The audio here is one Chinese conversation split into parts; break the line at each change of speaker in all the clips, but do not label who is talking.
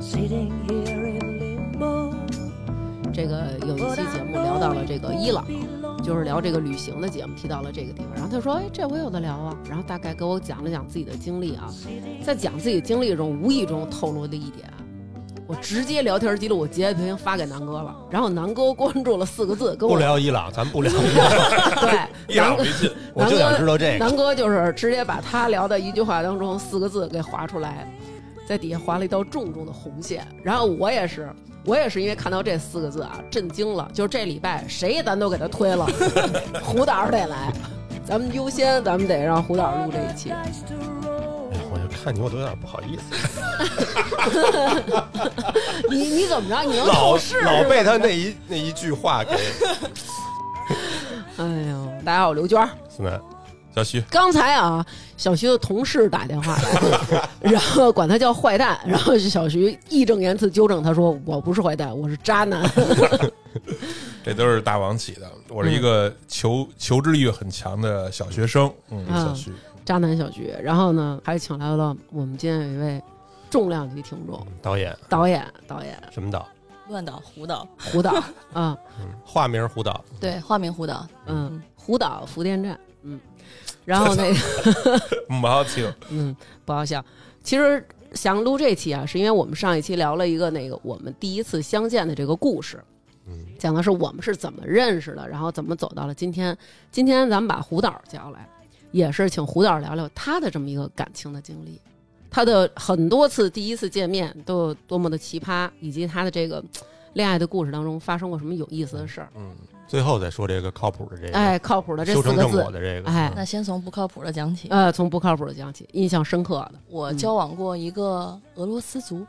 sitting here in limbo.
这个呃有一期节目聊到了这个伊朗，就是聊这个旅行的节目，提到了这个地方。然后他说：“哎，这我有的聊啊。”然后大概给我讲了讲自己的经历啊，在讲自己经历中，无意中透露的一点，我直接聊天记录我截下屏发给南哥了，然后南哥关注了四个字，跟我
不聊伊朗，咱不聊伊朗，
对
一
南
览
哥
无。尽。
我就想知道这个。
南哥就是直接把他聊的一句话当中四个字给划出来，在底下划了一道重重的红线。然后我也是，我也是因为看到这四个字啊，震惊了。就是这礼拜谁咱都给他推 了，胡导得来，咱们优先，咱们得让胡导录这一期。
Dice to roll.
哎呀我就看你，我都有点不好意思，
你你怎么着？你能
老
透视？
老被他那一那一句话 给。
哎呦，大家好，我刘娟儿。
思南，
小徐，
刚才啊，小徐的同事打电话 来，然后管他叫坏蛋，然后小徐义正言辞纠正他说：“我不是坏蛋，我是渣男。”
这都是大王起的。我
嗯
是一个求求知欲很强的小学生，嗯，
啊
小徐，
渣男小菊，然后呢，还请来了我们今天有一位重量级听众，
嗯导演
导演、导演
什么导？
乱导胡导，
胡导啊，
嗯化名胡导，
对，化名胡导，
嗯，胡导福电站，嗯，然后那个，
不好听，
嗯，不好笑。其实想录这期啊，是因为我们上一期聊了一个那个我们第一次相见的这个故事，
嗯，
讲的是我们是怎么认识的，然后怎么走到了今天。今天咱们把胡导叫来，也是请胡导聊聊他的这么一个感情的经历，他的很多次第一次见面都有多么的奇葩，以及他的这个恋爱的故事当中发生过什么有意思的事儿。
嗯，最后再说这个靠谱的这个，
哎，靠谱的这
嗯修
四
成
个
正
字
果，的这个，
哎
嗯
那先从不靠谱的讲起。
呃，从不靠谱的讲起，印象深刻的
我交往过一个俄罗斯族，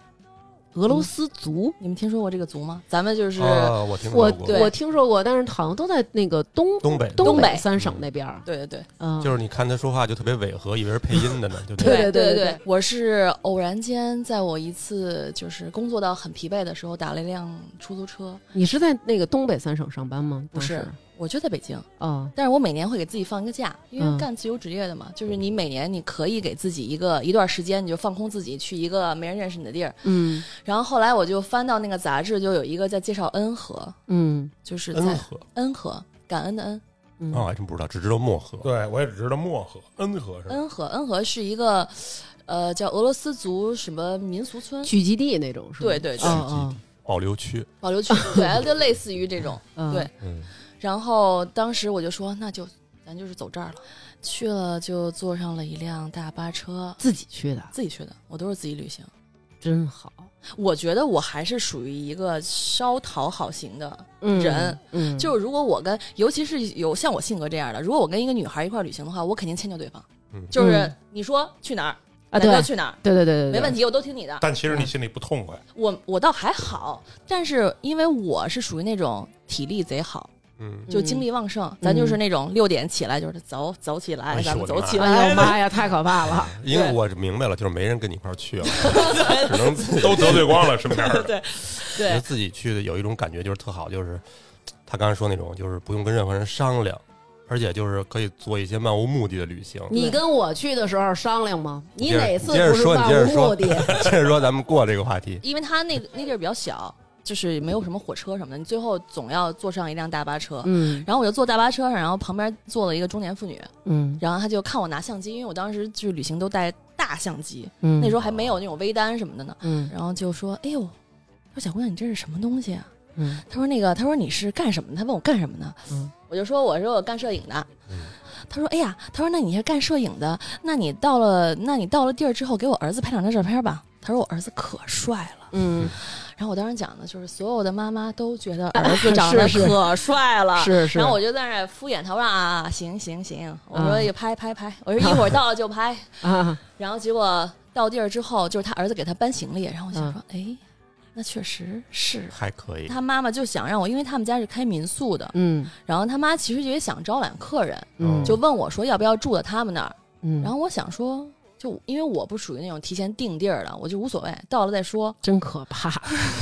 俄罗斯族。
你们听说过这个族吗？咱们就是、
啊，我听
我
说过，
对
我听说过，但是好像都在那个东
东北嗯
东
东北
三省那边儿，
对对对
嗯，
就是你看他说话就特别违和，以为是配音的呢，对不
对
对
对对
对，我是偶然间在我一次就是工作到很疲惫的时候，打了一辆出租车，
你是在那个东北三省上班吗？
不是
当时，
我就在北京，
哦，
但是我每年会给自己放一个假，因
嗯
为干自由职业的嘛，就是你每年你可以给自己一个一段时间，你就放空自己，去一个没人认识你的地儿。
嗯
然后后来我就翻到那个杂志，就有一个在介绍恩和，
嗯
就是在
恩和
恩和，感恩的恩，
嗯
啊，我还真不知道，只知道漠河，
对我也只知道漠河、恩河是吧？
恩和，恩和是一个，呃，叫俄罗斯族什么民俗村
聚集地那种是吗？
对对对
哦
保留区，
保留区，对，就类似于这种。
哦，
对
嗯
嗯，
然后当时我就说，那就咱就是走这儿了。去了就坐上了一辆大巴车，
自己去的
自己去的，我都是自己旅行。
真好，
我觉得我还是属于一个稍讨好型的，
嗯
人
嗯
就是如果我跟，尤其是有像我性格这样的，如果我跟一个女孩一块儿旅行的话，我肯定迁就对方。
嗯
就是
嗯
你说去哪儿，
啊，
咱
对
就
对
去哪儿，
对对对，
没问
题，
题，我都听你的。
但其实你心里不痛快，
我我倒还好，但是因为我是属于那种体力贼好，
嗯，
就精力旺盛，咱就是那种六点起来就是走走起
哎呦
来，咱们
我
走
的
起
妈
哎
来
呦。妈呀，太可怕了，
因为我明白了，就是没人跟你一块儿去 了，只能
嗯
自己
都得罪光了身边的。
觉
对
得
对
自己去的有一种感觉就是特好，就是他刚才说那种，就是不用跟任何人商量，而且就是可以做一些漫无目的的旅行。
你跟我去的时候商量吗？
你
你
接着
哪次
你接着
不是
说你
漫
接着
无
说
目的？
接着说，咱们过这个话题，
因为他那那地儿比较小，就是没有什么火车什么的，你最后总要坐上一辆大巴车。
嗯
然后我就坐大巴车上，然后旁边坐了一个中年妇女，
嗯
然后她就看我拿相机，因为我当时就是旅行都带大相机，
嗯，
那时候还没有那种微单什么的呢。
嗯
然后就说：“哎呦，说小姑娘，你这是什么东西啊？”
嗯
他说那个，他说你是干什么的？他问我干什么呢？
嗯
我就说我说我干摄影的。
嗯
他说哎呀，他说那你是干摄影的，那你到了那你到了地儿之后，给我儿子拍两张照片吧。他说我儿子可帅了。
嗯
然后我当时讲的就是所有的妈妈都觉得儿子长 得
是是
可帅了。
是是，
然后我就在那儿敷衍他，我说啊，行行行，我说
嗯
也拍拍拍，我说一会儿到了就拍。
啊
然后结果到地儿之后，就是他儿子给他搬行李，然后我
嗯
想说，哎，那确实是。啊
还可以。
他妈妈就想让我，因为他们家是开民宿的，
嗯
然后他妈其实也想招揽客人，
哦
嗯
就问我说要不要住到他们那儿。
嗯，
然后我想说，就因为我不属于那种提前定地儿的，我就无所谓，到了再说。
真可怕！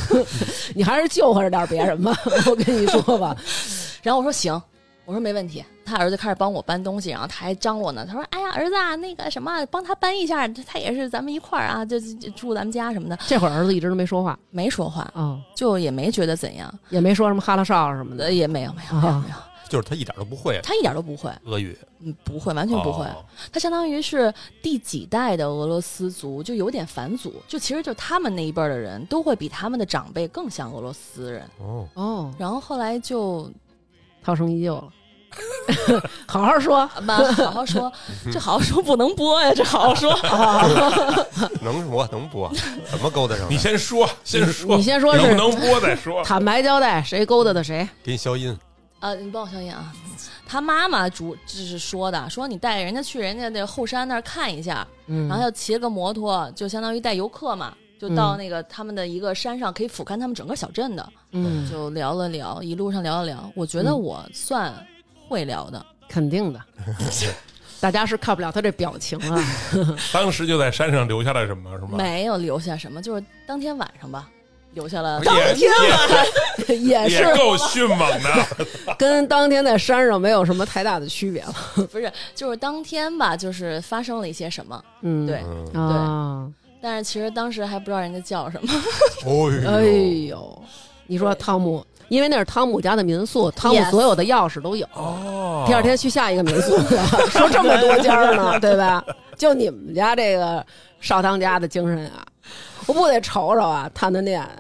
你还是救活着点别人吧，我跟你说吧。
然后我说行，我说没问题，他儿子开始帮我搬东西，然后他还张罗呢。他说：“哎呀，儿子啊，那个什么，帮他搬一下，他他也是咱们一块儿啊，就就就住咱们家什么的。
这会儿儿子一直都没说话”
没说话，
啊，
就也没觉得怎样，
也没说什么哈拉少什么
呃，
的。
也没有没有没有
啊
没有，
就是他一点都不会
他一点都不会，
俄语，
嗯，不会，完全不会。
哦
他相当于是第几代的俄罗斯族，就有点返祖，就其实就他们那一辈儿的人都会比他们的长辈更像俄罗斯人。
哦，
哦，
然后后来就
涛声依旧了， 好好说。
妈啊好好说， 这好好说不能播呀，这好好 说。
能播能播， 怎么勾搭上
你
的？
先说，先说，
你先说
能
是
不能播再说。
坦白交代，谁勾搭的谁。
给你消音，
啊，你帮我消音啊！他妈妈主就是说的，说你带人家去人家那后山那儿看一下，
嗯
然后要骑个摩托，就相当于带游客嘛，就到
嗯
那个他们的一个山上，可以俯瞰他们整个小镇的。
嗯，
就聊了聊，一路上聊了聊，我觉得
嗯
我算会聊的。
肯定的，大家是看不了他这表情啊。
当时就在山上留下了什么，是吗？
没有留下什么，就是当天晚上吧，留下
哎
了。
也也
也是
也够迅猛 的，
跟当天在山上没有什么太大的区别了。
不是，就是当天吧，就是发生了一些什么，
嗯，
对
嗯，
啊，
但是其实当时还不知道人家叫 什么，
哎
哎呦，
呦，你说汤姆，因为那是汤姆家的民宿，汤姆所有的钥匙都有。
哦
第二天去下一个民宿，说这么多家呢，对吧？就你们家这个少当家的精神啊，我不得瞅瞅啊，探探店啊。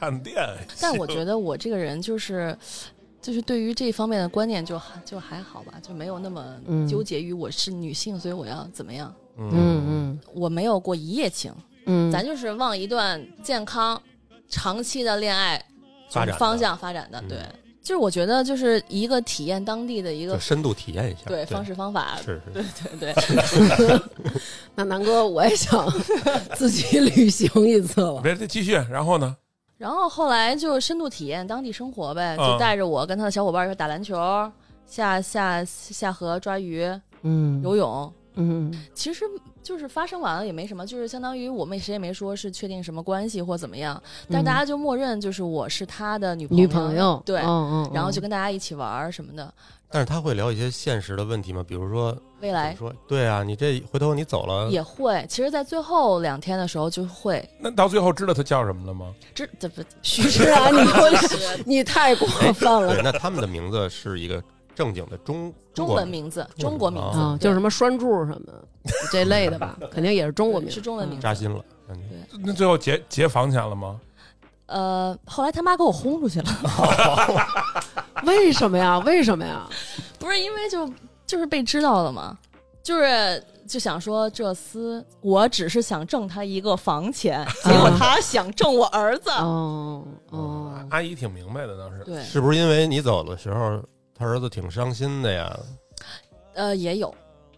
探 店。
但我觉得我这个人就是。就是对于这方面的观念就还就还好吧，就没有那么
嗯
纠结于我是女性，所以我要怎么样？
嗯
我没有过一夜情，
嗯
咱就是往一段健康、长期的恋爱
发展的
方向发展的。
嗯
对，就是我觉得就是一个体验当地的一
嗯就
个
深度体验一下，对
对方式方法，
是是，
对，
那南哥，我也想自己旅行一次 了。
别，再继续。然后呢？
然后后来就深度体验当地生活呗，
嗯
就带着我跟他的小伙伴儿一块儿打篮球、下下下河抓鱼、
嗯
游泳。
嗯
其实就是发生完了也没什么，就是相当于我们谁也没说是确定什么关系或怎么样，但是大家就默认就是我是他的女朋
嗯
友，
女朋友
对，
嗯嗯，
然后就跟大家一起玩儿什么的。
但是他会聊一些现实的问题吗？比如说，
未
比
来
如说，对啊，你这回头你走了，
也会，其实，在最后两天的时候就会，
那到最后知道他叫什么了吗？
这这不
徐志安， 你说这你太过分了
哎对，那他们的名字是一个正经的中
中
国
文名字，中国名字，
啊
啊！就是什么栓柱什么这类的吧，肯定也是中国名，
是中文名字
扎心了，感觉
那最后结结房钱了吗？
呃，后来他妈给我轰出去了，
嗯。为什么呀？为什么呀？
不是因为就就是被知道了嘛，就是就想说这厮，我只是想挣他一个房钱，
啊
结果他想挣我儿子，
哦哦，
阿姨挺明白的，当时
对，
是不是因为你走的时候，他儿子挺伤心的呀？
呃，也有，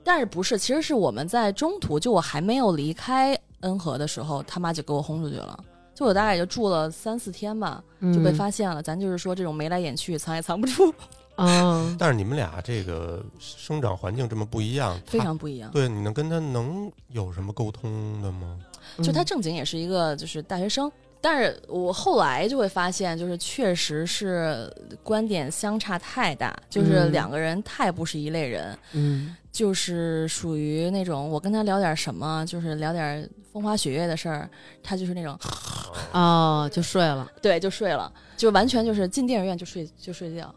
但是不是，其实是我们在中途，就我还没有离开恩和的时候，他妈就给我轰出去了。就我大概也就住了三四天吧，
嗯
就被发现了。咱就是说，这种眉来眼去，藏也藏不住，
啊，
但是你们俩这个生长环境这么不一样，
非
他
常不一样。
对，你能跟他能有什么沟通的吗？
嗯
就他正经也是一个就是大学生，但是我后来就会发现，就是确实是观点相差太大，就是
嗯
两个人太不是一类人，
嗯
就是属于那种我跟他聊点什么，就是聊点风花雪月的事儿，他就是那种
哦，就睡了，
对就睡了，就完全就是进电影院就睡就睡觉。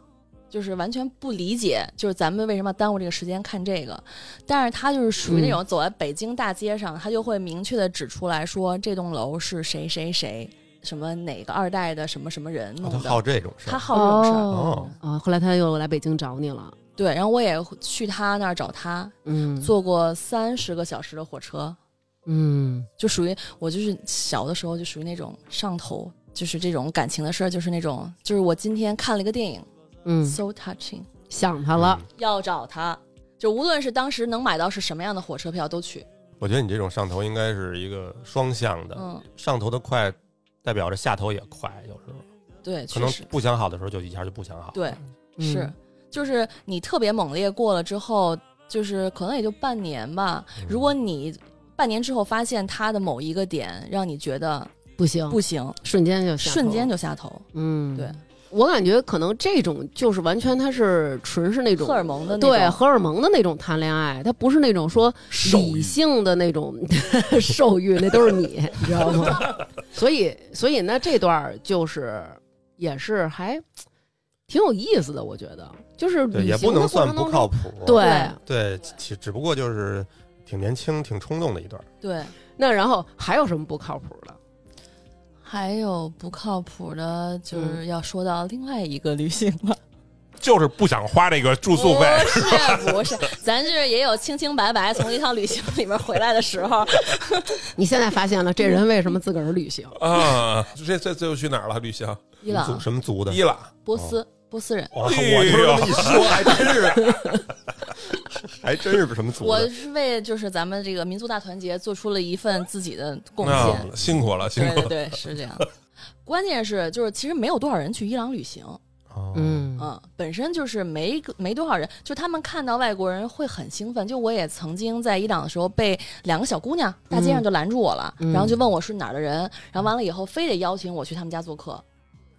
就是完全不理解，就是咱们为什么要耽误这个时间看这个，但是他就是属于那种走在北京大街上，他就会明确的指出来说这栋楼是谁谁谁，什么哪个二代的什么什么人
哦
弄
他
的，
好这种事
嗯他
儿，
好这种事儿。
哦啊，后来他又来北京找你了，
对，然后我也去他那儿找他，
嗯，
坐过三十个小时的火车，
嗯
就属于我就是小的时候就属于那种上头，就是这种感情的事儿，就是那种就是我今天看了一个电影、
嗯，
s o touching，
想他了，
嗯
要找他，就无论是当时能买到是什么样的火车票都去，
我觉得你这种上头应该是一个双向的，
嗯，
上头的快代表着下头也快，有时候
对，
可
确
能
实
不想好的时候就一下就不想好。
对，
嗯
是，就是你特别猛烈过了之后，就是可能也就半年吧，
嗯
如果你。半年之后发现他的某一个点让你觉得
不行，
不行，
嗯瞬间就下头
瞬间就下头。
嗯，
对，
我感觉可能这种就是完全他是纯是那种
荷尔蒙的那
对
种
荷尔蒙的那种谈恋爱，他不是那种说
受
理
益
性的那种 兽欲，那都是你，你知道吗？ 所以，所以呢，这段儿就是也是还挺有意思的，我觉得，就是
对，
旅
也
行
不
的过
能算
程
不
当
靠
中，
谱。
对。
对，其只不过就是挺年轻、挺冲动的一段。
对。
那然后还有什么不靠谱的？
还有不靠谱的，就是要说到另外一个旅行了。
就是不想花这个住宿费，
不是不是，咱这也有清清白白从一趟旅行里面回来的时候。
你现在发现了这人为什么自个儿旅行？
啊，这这这又去哪儿了？旅行
伊
族哦
朗、
什么族的？
伊 朗，
波斯、波斯人，
哇，我就是这么一说，
哎啊
还真是，还真是什么族
我
的。
是为就是咱们这个民族大团结做出了一份自己的贡
啊
献。
辛苦了，辛
对
苦
对
了。
对，是这样。关键是就是其实没有多少人去伊朗旅行，
哦，
嗯
嗯，本身就是没没多少人，就他们看到外国人会很兴奋。就我也曾经在伊朗的时候，被两个小姑娘大街上就拦住我了，
嗯
然后就问我是哪儿的人，然后完了以后非得邀请我去他们家做客。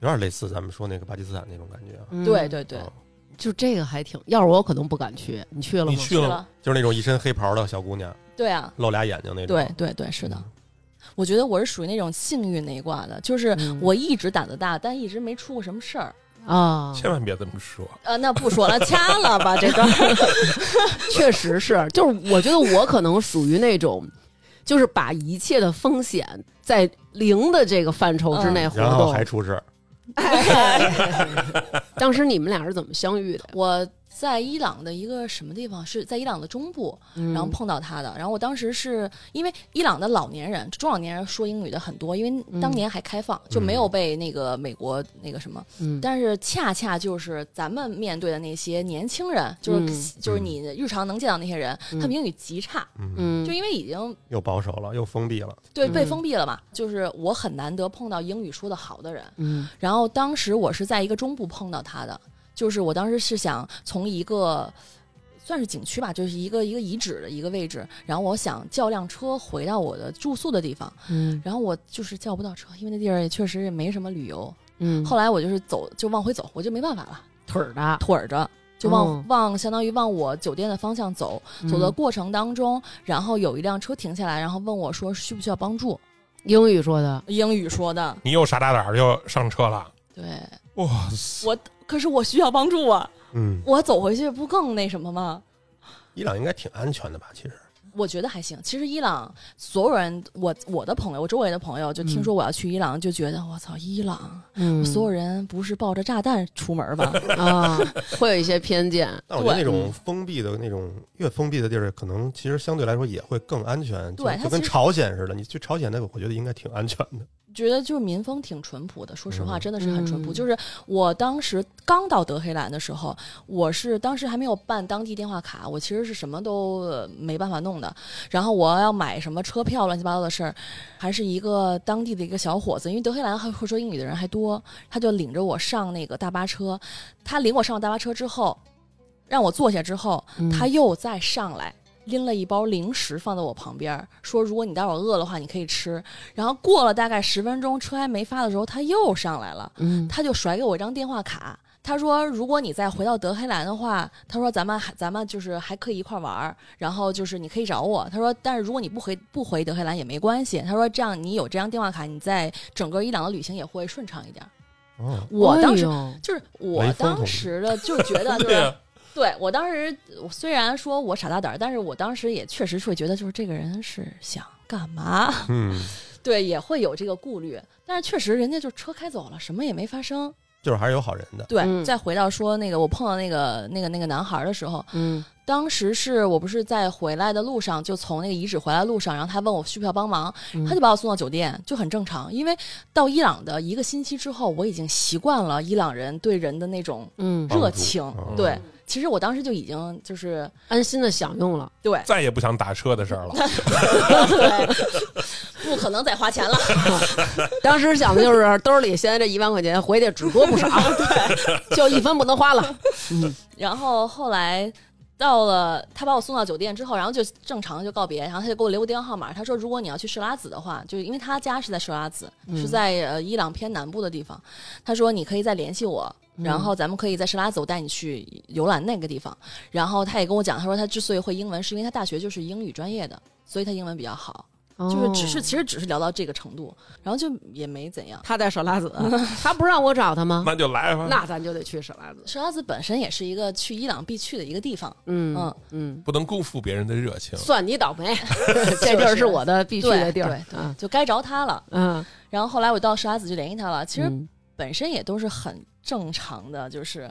有点类似咱们说那个巴基斯坦那种感觉啊，
嗯
对，对对，
哦
就这个还挺，要是我可能不敢去。你去了吗
你？去
是
了吗？
了，
就是那种一身黑袍的小姑娘，
对啊，
露俩眼睛那种。
对对对，是
嗯
的。我觉得我是属于那种幸运那一挂的，就是
嗯
我一直胆子大，但一直没出过什么事儿。
啊，
千万别这么说，
呃，那不说了，掐了吧这段儿。
确实是，就是我觉得我可能属于那种，就是把一切的风险在零的这个范畴之内活
然后
动。哎
还出事儿，
当时你们俩是怎么相遇的呀？
我在伊朗的一个什么地方？是在伊朗的中部，
嗯
然后碰到他的。然后我当时是因为伊朗的老年人、中老年人说英语的很多，因
嗯
为当年还开放，就没有被那个美国那个什么。
嗯，
但是恰恰就是咱们面对的那些年轻人，就是、就是你日常能见到那些人，
嗯
他们英语极差，
嗯，
嗯，
就因为已经
又保守了，又封闭了，
对被
嗯
封闭了嘛。就是我很难得碰到英语说的好的人。
嗯
然后当时我是在一个中部碰到他的，就是我当时是想从一个算是景区吧，就是一个一个遗址的一个位置，然后我想叫辆车回到我的住宿的地方，
嗯
然后我就是叫不到车，因为那地儿也确实也没什么旅游。
嗯，
后来我就是走就往回走，我就没办法了，
腿儿的
腿儿着。就往、
哦
往相当于往我酒店的方向走，走的
嗯
过程当中，然后有一辆车停下来，然后问我说需不需要帮助，
英语说的，
英语说的，
你又傻大胆儿就上车了。
对
哇，
我，可是我需要帮助啊，
嗯，
我走回去不更那什么吗？
伊朗应该挺安全的吧？其实，
我觉得还行。其实伊朗所有人，我我的朋友，我周围的朋友，就
嗯
听说我要去伊朗，就觉得我操，伊朗、
嗯，
所有人不是抱着炸弹出门吧？
啊，会有一些偏见，
但我觉得
对
那种封闭的那种越封闭的地儿，可能其实相对来说也会更安全，就
对它
就跟
其实
朝鲜似的。你去朝鲜那个，我觉得应该挺安全的。
觉得就是民风挺淳朴的，说实话，
嗯
真的是很淳朴。
嗯
就是我当时刚到德黑兰的时候，我是当时还没有办当地电话卡，我其实是什么都呃没办法弄的。然后我要买什么车票乱七八糟的事儿，还是一个当地的一个小伙子，因为德黑兰还会说英语的人还多，他就领着我上那个大巴车。他领我上大巴车之后，让我坐下之后，
嗯
他又再上来。拎了一包零食放在我旁边儿，说：“如果你待会儿饿的话，你可以吃。”然后过了大概十分钟，车还没发的时候，他又上来了，
嗯
他就甩给我一张电话卡。他说：“如果你再回到德黑兰的话，他说咱们还咱们就是还可以一块儿玩儿，然后就是你可以找我。他说，但是如果你不回不回德黑兰也没关系。他说这样你有这张电话卡，你在整个伊朗的旅行也会顺畅一点儿。
哦，
我当时、
哎呦
就是我
雷锋同
当
志
时的就觉
啊
得 就
对
是
呀，
对我当时我虽然说我傻大胆儿，但是我当时也确实是会觉得就是这个人是想干嘛。”
嗯，
对，也会有这个顾虑，但是确实人家就车开走了，什么也没发生。
就是还是有好人的。
对，
嗯
再回到说那个我碰到那个那个那个男孩儿的时候，
嗯
当时是我不是在回来的路上，就从那个遗址回来的路上，然后他问我需不需要帮忙，
嗯
他就把我送到酒店，就很正常。因为到伊朗的一个星期之后，我已经习惯了伊朗人对人的那种
嗯
帮助
热情
哦。
嗯
对，其实我当时就已经就是
安心的享用了，
对
再也不想打车的事
嗯
儿了。
对， 不可能再花钱了。
当时想的就是 兜里现在这一万块钱回 去只多不少，就一分不能花了。
然后后来到了，他把我送到酒店之后，然后就正常就告别，然后他就给我留个电话号码，他说如果你要去设拉子的话，就是因为他家是在设拉子，
嗯
是在呃伊朗偏南部的地方，他说你可以再联系我，
嗯
然后咱们可以在设拉子我带你去游览那个地方。然后他也跟我讲，他说他之所以会英文，是因为他大学就是英语专业的，所以他英文比较好，就是只是
哦
其实只是聊到这个程度，然后就也没怎样。
他在舍 拉子，他不让我找他吗？
那就来吧。
那咱就得去舍拉子。
设拉子本身也是一个去伊朗必去的一个地方，
嗯
嗯
嗯，
不能辜负别人的热情。
算你倒 霉， 这地儿是我的必须的地儿
对。
嗯
就该着他了。
嗯，
然后后来我到设拉子就联系他了，其实
嗯
本身也都是很正常的，就是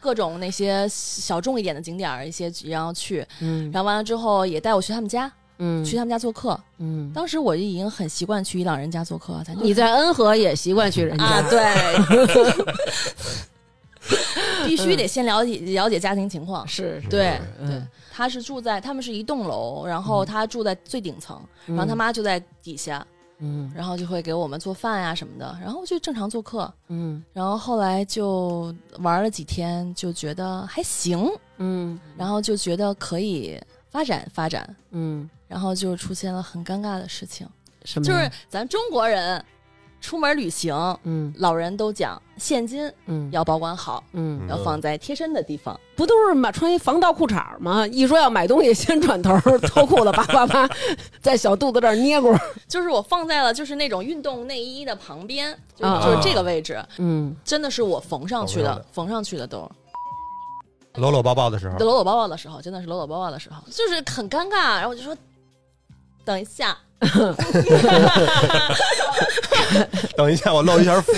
各种那些小众一点的景点儿，一些然后去，
嗯
然后完了之后也带我去他们家，
嗯
去他们家做客。
嗯，
当时我就已经很习惯去伊朗人家做客了，咱就
你在恩和也习惯去人家
啊，对， 必须得先了解了解家庭情况。
是，是
对
嗯
他是住在他们是一栋楼，然后他住在最顶层，
嗯
然后他妈就在底下，
嗯
然后就会给我们做饭呀、什么的，然后就正常做客。
嗯
然后后来就玩了几天，就觉得还行，
嗯
然后就觉得可以发展发展，
嗯，
然后就出现了很尴尬的事情，
什么
就
呀
是咱中国人出门旅行，
嗯
老人都讲现金
嗯
要保管好，
嗯，
要放在贴身的地方。
不都是买穿一防盗裤衩儿吗？一说要买东西，先转头儿脱裤子，叭叭叭，在小肚子这儿捏过。
就是我放在了就是那种运动内衣的旁边，就
啊
就是这个位置，
嗯
真的是我缝上去
缝上
的
的，
缝上去的都。
搂搂抱抱的时候，
就搂搂抱抱的时候，真的是搂搂抱抱的时候，就是很尴尬。然后我就说，等一下，
等一下我露一下腹，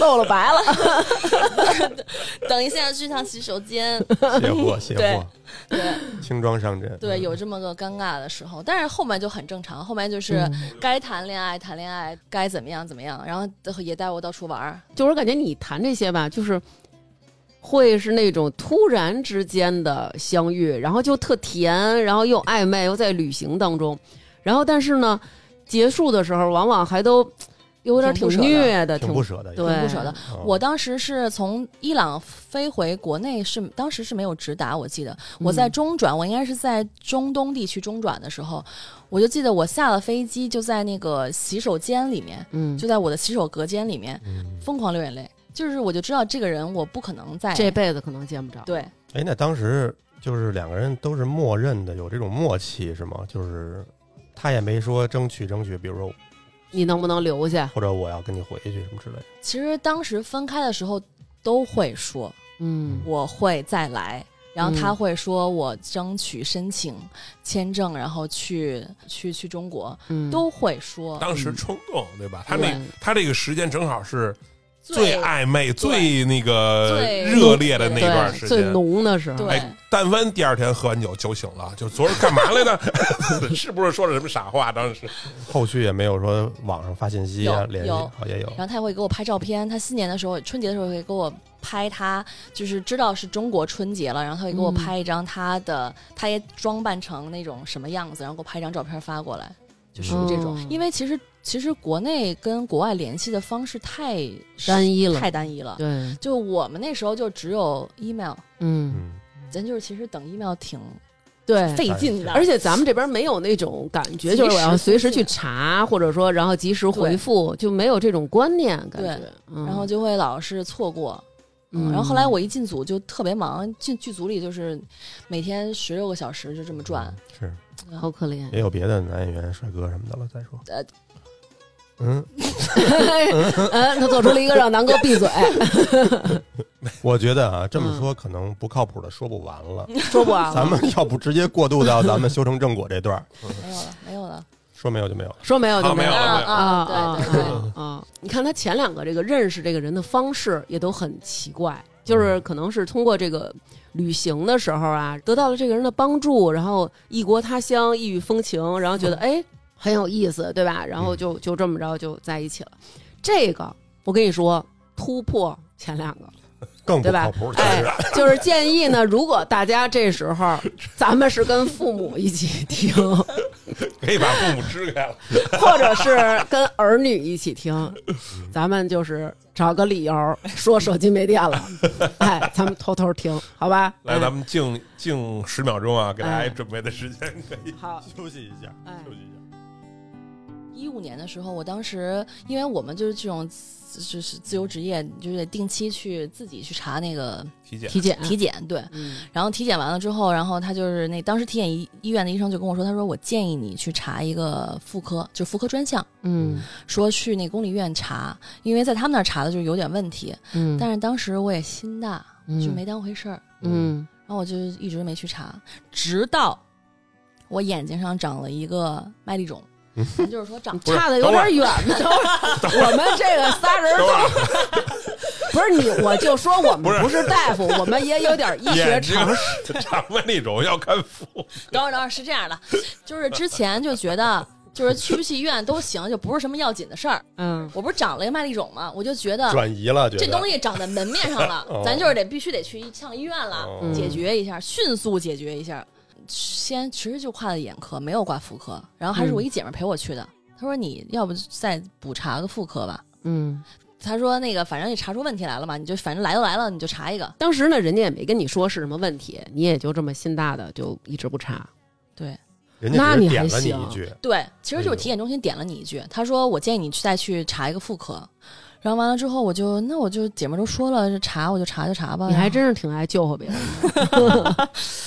露了白了。
等一下去趟洗手间。
卸货卸
对
货，
对
轻装上阵。
对，有这么个尴尬的时候，但是后面就很正常，后面就是
嗯
该谈恋爱谈恋爱，该怎么样怎么样，然后也带我到处玩儿。
就是我感觉你谈这些吧，就是会是那种突然之间的相遇，然后就特甜，然后又暧昧，又在旅行当中，然后但是呢，结束的时候往往还都有点挺
挺不舍的
虐的，
嗯挺不舍的，
对
挺不舍的。
哦
我当时是从伊朗飞回国内是，当时是没有直达，我记得我在中转，我应该是在中东地区中转的时候，我就记得我下了飞机就在那个洗手间里面，
嗯，
就在我的洗手隔间里面
嗯
疯狂流眼泪，就是我就知道这个人我不可能再
这辈子可能见不着。，
对
哎，那当时就是两个人都是默认的有这种默契是吗？就是他也没说争取争取，比如说
你能不能留下？
或者我要跟你回去什么之类的。
其实当时分开的时候都会说
嗯
我会再来，然后
嗯
他会说我争取申请签证，然后去去去中国，
嗯，
都会说。
当时冲动，对吧？他那
对
他这个时间正好是最暧昧、最
对
那个
最
热烈的那
对
段
对
时
最
间。
浓的时候
对。
哎，但凡第二天喝完酒酒醒了，就昨儿干嘛来的？ 是不是说了什么傻话？当时
后续也没有说网上发信息啊，
有
联系
有
哦也有
然，后他也会给我拍照片，他新年的时候，春节的时候会给我拍他，就是知道是中国春节了，然后他会给我
嗯
拍一张他的，他也装扮成那种什么样子，然后给我拍一张照片发过来，就属
嗯
于这种。
哦
因为其实其实国内跟国外联系的方式太
单一了嗯
太单一了。
对，
就我们那时候就只有 email，
嗯，
嗯，
咱就是其实等 email 挺
对。
费劲的，
而且咱们这边没有那种感觉，
及时
就是我要随时去查，或者说然后及时回复，就没有这种观念感觉
对。
嗯
然后，就会老是错过。
嗯
嗯，然后后来我一进组就特别忙，进剧组里就是每天十六个小时就这么转。
嗯是
好可 怜，
也有别的男演员帅哥什么的了。再说，
呃
嗯，
嗯，他做出了一个让南哥闭 嘴，
我觉得啊，这
嗯
么说可能不靠谱的说不完了，
说不啊完
咱
了，
们要不直接过渡到咱们修成正果这段儿，
嗯
没有了，没有了。
说没有就没有了。
说没有就
好没有
有
了
啊
没
啊
有
啊，
啊
对对对，
啊啊！你看他前两个这个认识这个人的方式也都很奇怪，就是可能是通过这个旅行的时候啊，得到了这个人的帮助，然后异国他乡、异域风情，然后觉得哎很有意思，对吧？然后就就这么着就在一起了。这个我跟你说，突破前两个。
更不
对吧
靠谱，？
哎
是，
就是建议呢，如果大家这时候咱们是跟父母一起听，
可以把父母支开了。
或者是跟儿女一起听，咱们就是找个理由说手机没电了，哎，咱们偷偷听，好吧？
来，
哎
咱们静静十秒钟啊，给大
哎
家准备的时间可以
嗯好，
休息一下
哎
息一下。
一五年的时候，我当时因为我们就是这种自就是自由职业，你就是得定期去自己去查那个
体检。
体检，
体检，对。
嗯
然后体检完了之后，然后他就是那当时体检医医院的医生就跟我说，他说我建议你去查一个妇科，就妇科专项，
嗯
说去那公立医院查，因为在他们那儿查的就是有点问题。
嗯，
但是当时我也心大，
是
就没当回事儿，
嗯
然后我就一直没去查，直到我眼睛上长了一个麦粒肿，咱就是 说长
嗯，差的有点远呢。我们这个仨人
等
都
会儿，
不是你，我就说我
不
们
是
不是大夫，我们也有点医学
眼睛
常识。
长问那种要看父母，
等会儿，等会儿是这样的，就是之前就觉得，就是去不去医院都行，就不是什么要紧的事儿。
嗯
我不是长了一个麦粒肿吗？我就觉得
转移了，觉得
这东西长在门面上了，
哦
咱就是得必须得去上医院了，
哦
嗯
解决一下，迅速解决一下。先其实就挂的眼科，没有挂妇科，然后还是
嗯
我一姐们儿陪我去的。她说你要不再补查个妇科吧？
嗯，
她说那个反正也查出问题来了嘛，你就反正来都来了，你就查一个。
当时呢，人家也没跟你说是什么问题，你也就这么心大的就一直不查。
对，
人家只是
那
点
你
了
还
你
行
一句，
对，其实就是体检中心点了你一句，
哎
他说我建议你去再去查一个妇科，然后完了之后我就那我就姐妹都说了，查我就查就查吧。
你还
然后
真是挺爱救活别人，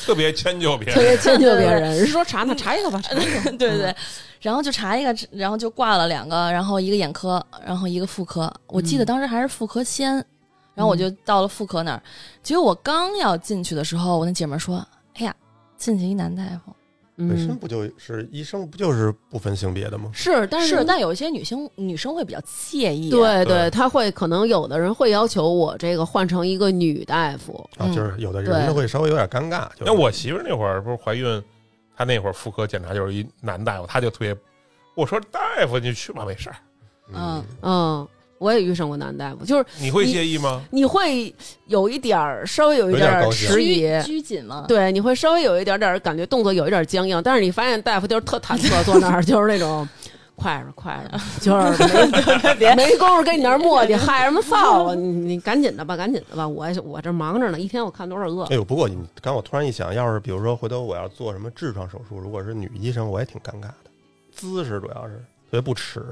特别迁就别
特别
人。
迁就别人。人说查呢，查一个吧，查一个吧。
对对对，然后就查一个，然后就挂了两个，然后一个眼科，然后一个妇科。我记得
嗯
当时还是妇科先，然后我就到了妇科那儿，结果我刚要进去的时候，我那姐们儿说：“哎呀，进去一男大夫。”
本身
嗯，
不就是医生不就是不分性别的吗？
是，但
是，
是
但有一些女性女生会比较介意。啊
对
对
对，他会可能有的人会要求我这个换成一个女大夫，
啊，
嗯
就是有的
对
人他会稍微有点尴尬。就是
那我媳妇儿那会儿不是怀孕，她那会儿妇科检查就是一男大夫，她就特别，我说大夫你去吧，没事儿。
嗯，
嗯，我也遇上过男大夫，就是
你会
你
介意吗？
你会有一点儿稍微有一
有
点
点
儿
高兴
迟疑，
拘拘谨嘛。
对，你会稍微有一点点儿感觉动作有一点儿僵硬，但是你发现大夫就是特忐忑，坐那儿就是那种。快着快着，就是没没工夫跟你那儿磨叽，嗨什么臊啊！你你赶紧的吧，赶紧的吧，我我这忙着呢，一天我看多少个
哎。呦，不过你刚我突然一想，要是比如说回头我要做什么痔疮手术，如果是女医生，我也挺尴尬的，姿势主要是特别不耻。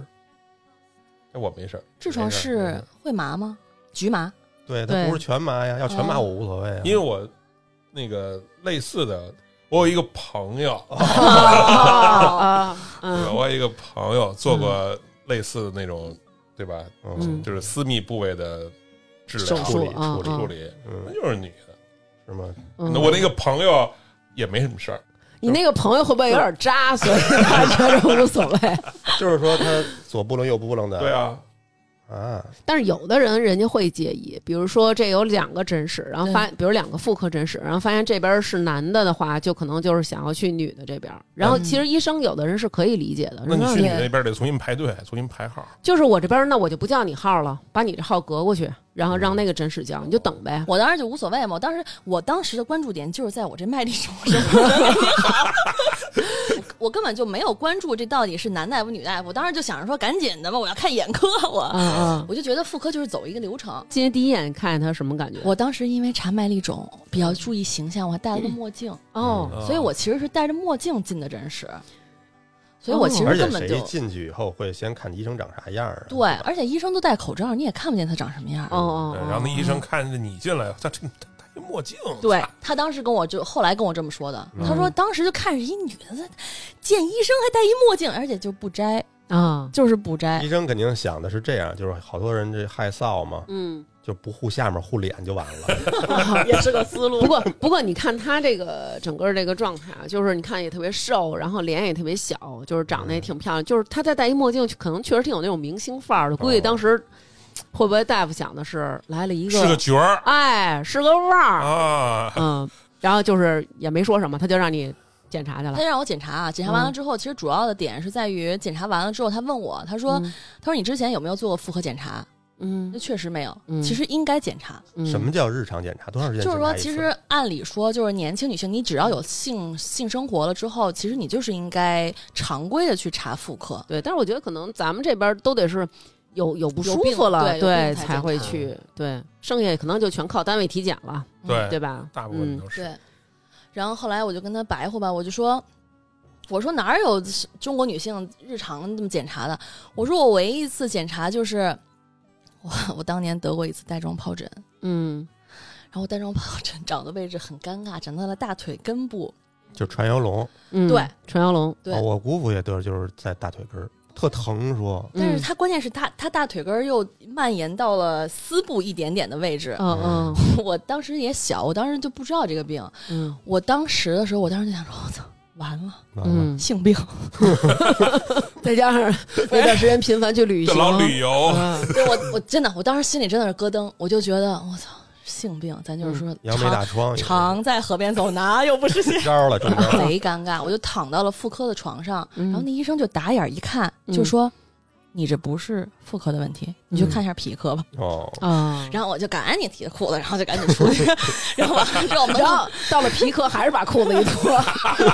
那哎我没事儿。
痔疮
没事没
是
事
会麻吗？局麻？
对，
对
它不是全麻呀，要全麻
哦
我无所谓啊，
因为我那个类似的，我有一个朋友，
啊嗯
我有一个朋友做过类似的那种，对吧？
嗯
就是私密部位的治
手
疗
术
处理
啊
处理
处
啊
理，那
嗯，
就是女的。
是吗？
嗯
那我那个朋友也没什么事儿，
你那个朋友会不会有点渣， 所以他觉得无所谓？
就是说他左不楞右不楞的，
对啊，
啊，
但是有的人人家会介意，比如说这有两个诊室，然后发，比如两个妇科诊室，然后发现这边是男的的话，就可能就是想要去女的这边。然后其实医生有的人是可以理解的，
那你去
你
你那边得重新排队，重新排号。
就是我这边，那我就不叫你号了，把你这号隔过去，然后
嗯
让那个诊室叫，你就等呗。
我当时就无所谓嘛，我当时我当时的关注点就是在我这麦粒肿上， 我根本就没有关注这到底是男大夫女大夫，我当时就想着说赶紧的吧，我要看眼科，我
啊啊！
我就觉得妇科就是走一个流程。
今天第一眼看见他什么感觉？
我当时因为查麦粒肿比较注意形象，我还戴了个墨镜，
哦，
嗯
所以我其实是戴着墨镜进的诊室，所以我
嗯
其实
哦而且
根本就
谁、进去以后会先看医生长啥样啊？
对，而且医生都戴口罩，你也看不见他长什么样。
哦哦
对，
哦，
然后那医生看着你进来，他这他他一墨镜，
对他当时跟我就后来跟我这么说的，
嗯
他说当时就看着一女的在见医生还戴一墨镜，而且就不摘，
啊，
就是不摘
医。生肯定想的是这样，就是好多人这害臊嘛，
嗯。
就不护下面护脸就完了。
也是个思路
不过，不过你看他这个整个这个状态啊，就是你看也特别瘦，然后脸也特别小，就是长得
嗯
也挺漂亮。就是他再戴一墨镜，可能确实挺有那种明星范儿的。估
哦
计当时会不会大夫想的是来了一
是个角儿
哎，是个腕儿，
啊。
嗯，然后就是也没说什么，他就让你检查去了
他。让我检查啊，检查完了之后，其实主要的点是在于检查完了之后，他问我，他说，
嗯
他说你之前有没有做过妇科检查？
嗯
那确实没有
嗯，
其实应该检查。
嗯，
什么叫日常检查？多长时间？
就是说，其实按理说，就是年轻女性，你只要有性性生活了之后，其实你就是应该常规的去查妇科。
对，但是我觉得可能咱们这边儿都得是有有不
有
舒
病
服了，
对有
对
病才
才会
检查
去，对，剩下可能就全靠单位体检了，
对
对吧？
哎大部分
嗯
都是。
对。然后后来我就跟他白活吧，我就说，我说哪有中国女性日常这么检查的？我说我唯一一次检查就是我 我当年得过一次带状疱疹，
嗯，
然后带状疱疹长的位置很尴尬，长到了大腿根部。
就传谣龙，
嗯
对，
陈小龙，
对
啊我姑父也得，就是在大腿根儿特疼，说
但是
嗯
它关键是它它大腿根儿又蔓延到了丝部一点点的位 置。
嗯嗯
我当时也小，我当时就不知道这个病。
嗯
我当时的时候，我当时就想说，我操，完了，
完了
嗯，
性病。
再加上那段时间频繁去旅
这
行，
老旅游，
嗯
对我，我真的，我当时心里真的是咯噔，我就觉得，我操，性病，咱就是说
嗯杨梅
常
大疮，？
常在河边走，哪有不是性
招了，中招了。
贼尴尬，我就躺到了妇科的床上，
嗯
然后那医生就打眼一看，
嗯
就说。你这不是妇科的问题，你去看一下脾科吧。
哦，
啊，
然后我就赶紧提着裤子，然后就赶紧出去。 然后完了之后，门
然
口
后到了皮科还是把裤子一脱，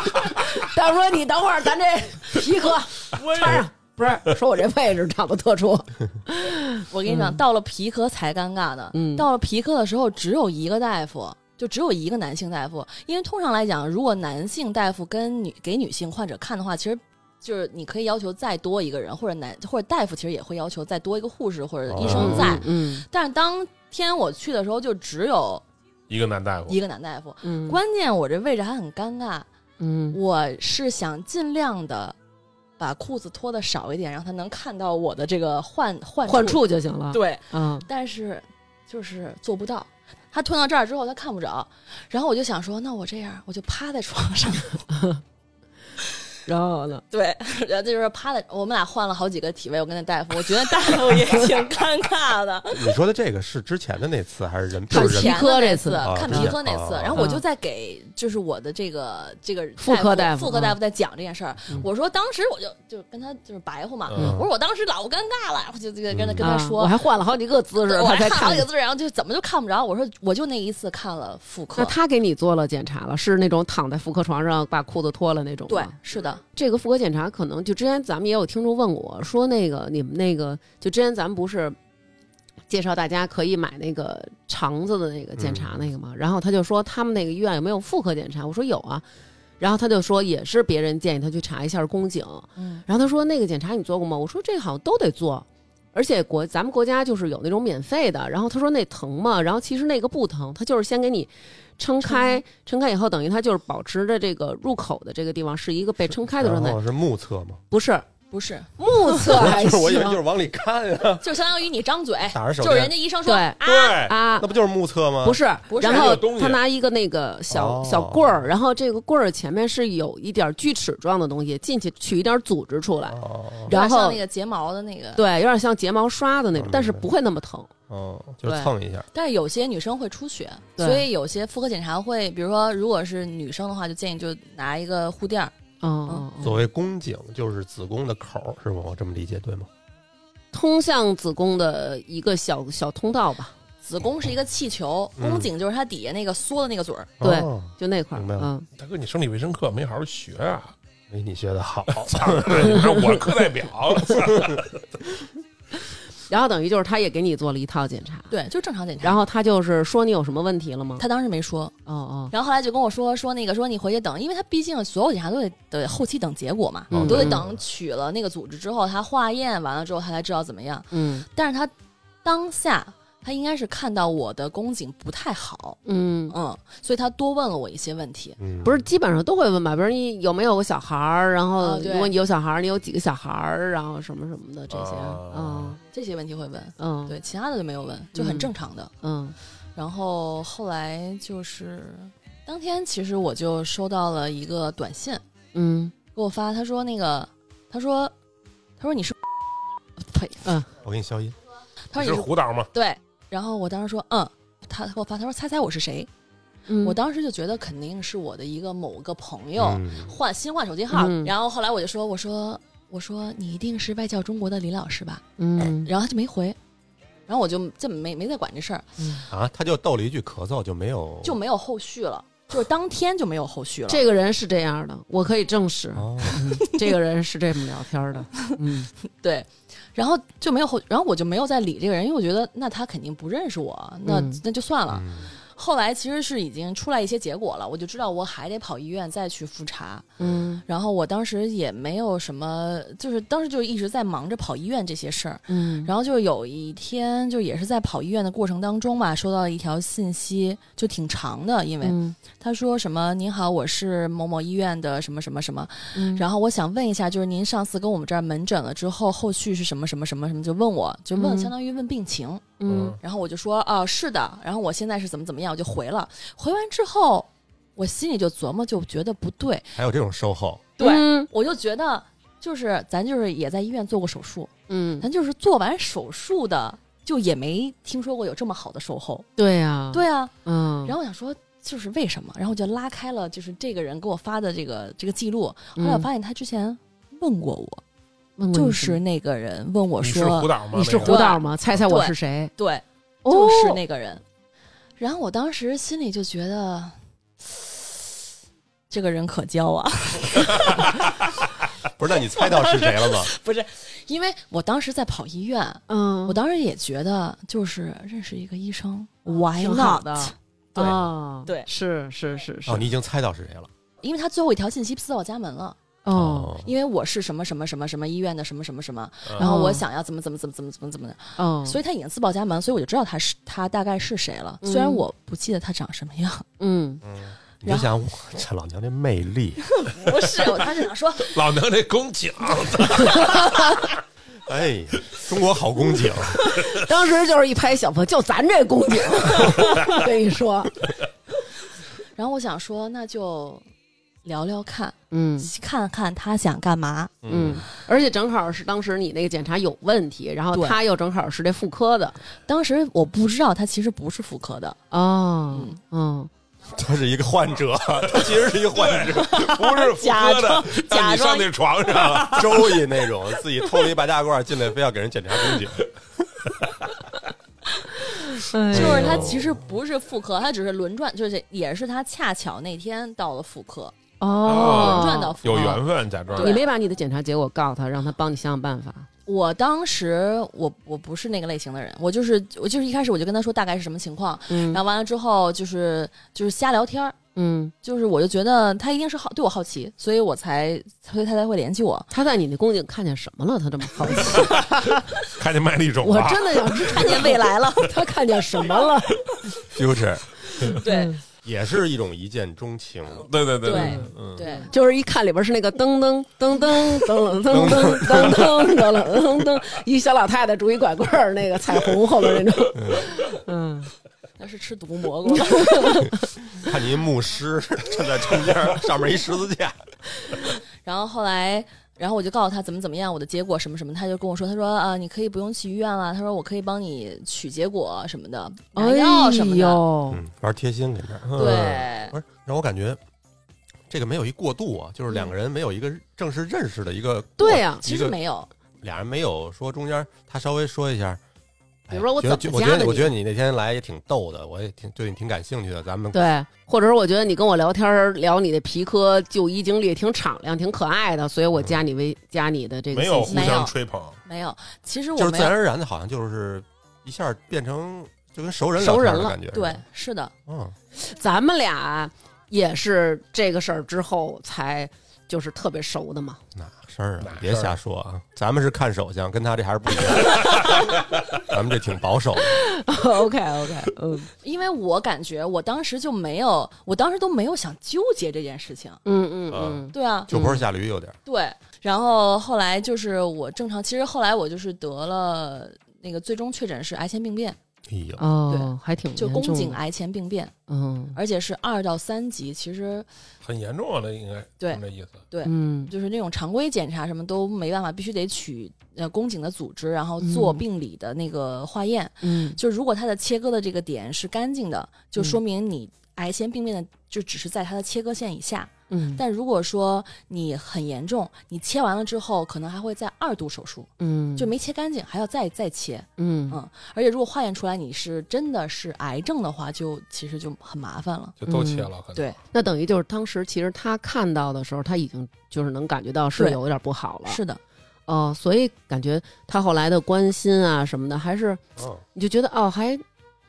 大夫说你等会儿，咱这皮科穿上。不是，说我这位置长得特殊，
我跟你讲，到了皮科才尴尬呢。
嗯
到了皮科的时候，只有一个大夫，就只有一个男性大夫。因为通常来讲，如果男性大夫跟女给女性患者看的话，其实就是你可以要求再多一个人，或者男或者大夫其实也会要求再多一个护士或者医生在。
嗯
但是当天我去的时候，就只有
一个男大夫
一个男大夫。
嗯
关键我这位置还很尴尬，
嗯
我是想尽量的把裤子脱的少一点，让他能看到我的这个患患
换
处。
处就行了，
对，
啊，
但是就是做不到。他吞到这儿之后，他看不着，然后我就想说，那我这样，我就趴在床上，
然后呢，
对，然后就是趴在，我们俩换了好几个体位，我跟那大夫，我觉得大夫也挺尴尬的。
你说的这个是之前的那次还是人？
看
就是人
皮
前
科
的
这
那
次
次
啊，
看
之
皮
前
科那次，
啊
然后我
啊
就在给就是我的这个这个
妇科大夫
妇科大
啊
夫在讲这件事儿
嗯，
我说当时我就就跟他就是白话嘛，
嗯
我说我当时老尴尬了，我就就跟他跟他
啊
说
我，还换了好几个姿势，
对我
他
还
才
看了
看
一个。字，然后就怎么就看不着，我说我就那一次看了妇科
那，他给你做了检查了，是那种躺在妇科床上把裤子脱了那种吗。
对，是的。
这个妇科检查可能就之前咱们也有听众问我说，那个你们那个就之前咱们不是介绍大家可以买那个肠子的那个
嗯
检查那个吗？然后他就说他们那个医院有没有妇科检查？我说有啊。然后他就说也是别人建议他去查一下宫颈，
嗯
然后他说那个检查你做过吗？我说这好像都得做，而且国咱们国家就是有那种免费的。然后他说那疼吗？然后其实那个不疼，他就是先给你撑开，撑开以后等于他就是保持着这个入口的这个地方是一个被撑开的状态
然，后是目测吗？
不是
不是，
目测
哎
还
就是
行。
我以为就是往里看啊呀，
就相当于你张嘴，
打着手
就是人
电
家，医生说，
对
对，
啊
那，不就是目测吗？
不是，
不是
然
还
后
有东西
他拿一个那个小
哦
小棍儿，然后这个棍儿前面是有一点锯齿状的东西，进去取一点组织出来，
哦，
有点
然
像
后
那个睫毛的那个，
对，有点像睫毛刷的那种
嗯，
但是不会那么疼。
哦，就是蹭一下，
但是有些女生会出血，
对
所以有些妇科检查会，比如说如果是女生的话，就建议就拿一个护垫儿，
嗯，嗯
所谓宫颈就是子宫的口儿，是吗？我这么理解对吗？
通向子宫的一个小小通道吧，
子宫是一个气球，
嗯
宫颈就是它底下那个缩的那个嘴儿，
对
哦
就那块儿。
明白了
嗯，
大哥，你生理卫生课没好好学啊？
没哎你学的好，
嗯
操，你说我是课代表，
然后等于就是他也给你做了一套检查，
对，就正常检查。
然后他就是说你有什么问题了吗？
他当时没说，
哦哦，
然后后来就跟我说说那个说你回去等，因为他毕竟所有检查都得得后期等结果嘛，
哦
嗯
都得等取了那个组织之后，他化验完了之后他才知道怎么样。
嗯
但是他当下他应该是看到我的宫颈不太好，
嗯，
嗯，所以他多问了我一些问题。
嗯，
不是，基本上都会问吧，比如你有没有个小孩儿，然后
啊对
如果你有小孩儿，你有几个小孩儿，然后什么什么的这些，嗯
哦
啊
这些问题会问，
嗯，
对，其他的就没有问，就很正常的。
嗯
然后后来就是当天，其实我就收到了一个短信，
嗯
给我发，他说那个，他说，他说你是，呸，
我给你消音，
他
你
说
是
你是
胡导吗？
对。然后我当时说，嗯，他给我发，他说猜猜我是谁？
嗯，
我当时就觉得肯定是我的一个某个朋友
嗯
换新换手机号，
嗯
然后后来我就说，我说我说你一定是外教中国的李老师吧？
嗯
然后他就没回。然后我就这没没再管这事儿，
嗯
啊，他就逗了一句咳嗽，就没有
就没有后续了，就是当天就没有后续了。
这个人是这样的，我可以证实，
哦，
这个人是这么聊天 的。嗯，
对，然后就没有后，然后我就没有再理这个人，因为我觉得那他肯定不认识我，那、
嗯
那就算了。
嗯
后来其实是已经出来一些结果了，我就知道我还得跑医院再去复查。
嗯
然后我当时也没有什么，就是当时就一直在忙着跑医院这些事儿。
嗯，
然后就有一天，就也是在跑医院的过程当中吧，收到了一条信息，就挺长的，因为
嗯
他说什么“您好，我是某某医院的什么什么什么”，
嗯
然后我想问一下，就是您上次跟我们这儿门诊了之后，后续是什么什么什么什么？就问我，就问，
嗯
相当于问病情。
嗯
然后我就说啊，是的。然后我现在是怎么怎么样，我就回了。回完之后，我心里就琢磨，就觉得不对，
还有这种售后，
对、
嗯
我就觉得就是咱就是也在医院做过手术，
嗯，
咱就是做完手术的，就也没听说过有这么好的售后。
对呀，
对啊，
嗯，
然后我想说。就是为什么？然后我就拉开了，就是这个人给我发的这个这个记录。后来我
嗯
发现他之前问过我，
问过
就
你什
是
么
那个人问我
你是胡
说，
导吗？
你是
那
胡
个
导吗？猜猜我
对
是谁？
对，
哦
就是那个人。然后我当时心里就觉得，这个人可交啊，
不是？那你猜到是谁了 吗？
不是？因为我当时在跑医院，
嗯，
我当时也觉得就是认识一个医生，why
挺好
not？
的。
对
啊
对
是是是是
哦，你已经猜到是谁了。
因为他最后一条信息私到我家门了，
哦
因为我是什么什么什么什么医院的什么什么什么，
嗯
然后我想要怎么怎么怎么怎么怎么怎么的，
哦，
所
以
以他已经自报家门，所以我就知道他是他大概是谁了。虽然
嗯
我不记得他长什么样，
嗯，
嗯
你就想，哇这老娘这魅力，
不是，我当时想说，
老娘这宫颈，
哎，中国好宫颈，
当时就是一拍小腹，就咱这宫 颈，跟你说，
然后我想说，那就聊聊看，
嗯
看看他想干嘛。
嗯，而且正好是当时你那个检查有问题，然后
对
他又正好是这妇科的
当时我不知道他其实不是妇科的，
哦，嗯，
他是一个患者，他其实是一个患者，
不是胡
假
歌的
装，
让
假
你上
装
那床上，
周易那种自己偷了一白大褂进来，非要给人检查宫 颈。
嗯就
哎
就是他其实不是妇科，他只是轮转，就是也是他恰巧那天到了妇科，
哦
轮转到妇科。
啊有缘分，假装
你没把你的检查结果告诉他，让他帮你想想办法。
我当时我我不是那个类型的人，我就是我就是一开始我就跟他说大概是什么情况，
嗯
然后完了之后就是就是瞎聊天儿。
嗯，
就是我就觉得他一定是好对我好奇，所以我才所以他才会联系我。
他在你那宫颈看见什么了？他这么好奇，
看见麦粒肿
我
了，
真的想知
看见未来了，
他看见什么了。
Future
对，
也是一种一见钟情，
对对对
对
嗯，
对，
就是一看里边是那个噔噔噔噔噔噔噔噔噔噔噔噔噔，一小老太太拄一拐棍儿，那个彩虹后边那种，嗯，
那是吃毒 蘑菇。
看你一牧师 站在中间，上面一十字架，
然后后来，然后我就告诉他怎么怎么样，我的结果什么什么，他就跟我说，他说啊、你可以不用去医院了，他说我可以帮你取结果什么的，
哎
拿药什么的。
呦，
嗯，玩贴心给这儿。
对，
不是让我感觉这个没有一过渡啊，就是两个人没有一个正式认识的一个过，
对啊呀
其
一
实
个
没有，
俩人没有说中间他稍微说一下。
比如说我
哎觉得
怎么
我觉
加的
得，我
你
觉得你那天来也挺逗的，我也挺对你挺感兴趣的。咱们
对，或者是我觉得你跟我聊天儿聊你的皮科就医经历挺敞亮、挺可爱的，所以我加你微加你的这个
没有
信
互
息
没有
相吹捧，
没有。其实
就
我
是
没
自然
有，
而然的，好像就是一下变成就跟熟人
熟人
聊天的
了
感觉。
对，，是 的，
嗯，
咱们俩也是这个事儿之后才就是特别熟的嘛，
哪事儿啊
哪？
别
事儿
瞎说啊！咱们是看手相，跟他这还是不一样。 咱们这挺保守的，
OK OK，嗯
因为我感觉我当时就没有，我当时都没有想纠结这件事情。
嗯嗯
啊
嗯，
对啊，
酒坡下驴有点儿。
对。然后后来就是我正常，其实后来我就是得了那个最终确诊是癌前病变，
哎呦，
哦，还挺
就
严
宫
重
颈
的，
癌前病变，
嗯
而且是二到三级，其实
很严重啊，那应该
对
那意思。
对
嗯
就是那种常规检查什么都没办法，必须得取呃宫颈的组织，然后做
嗯
病理的那个化验。
嗯
就如果它的切割的这个点是干净的，就说明你癌前病变的就只是在它的切割线以下。
嗯
但如果说你很严重，你切完了之后，可能还会再二度手术，
嗯，
就没切干净，还要再再切。
嗯
嗯而且如果化验出来你是真的是癌症的话，就其实就很麻烦了。
就都切了，可能
对，
那等于就是当时其实他看到的时候，他已经就是能感觉到是
对
有点不好了，
是的，
哦、所以感觉他后来的关心啊什么的，还是
嗯，
你就觉得哦，还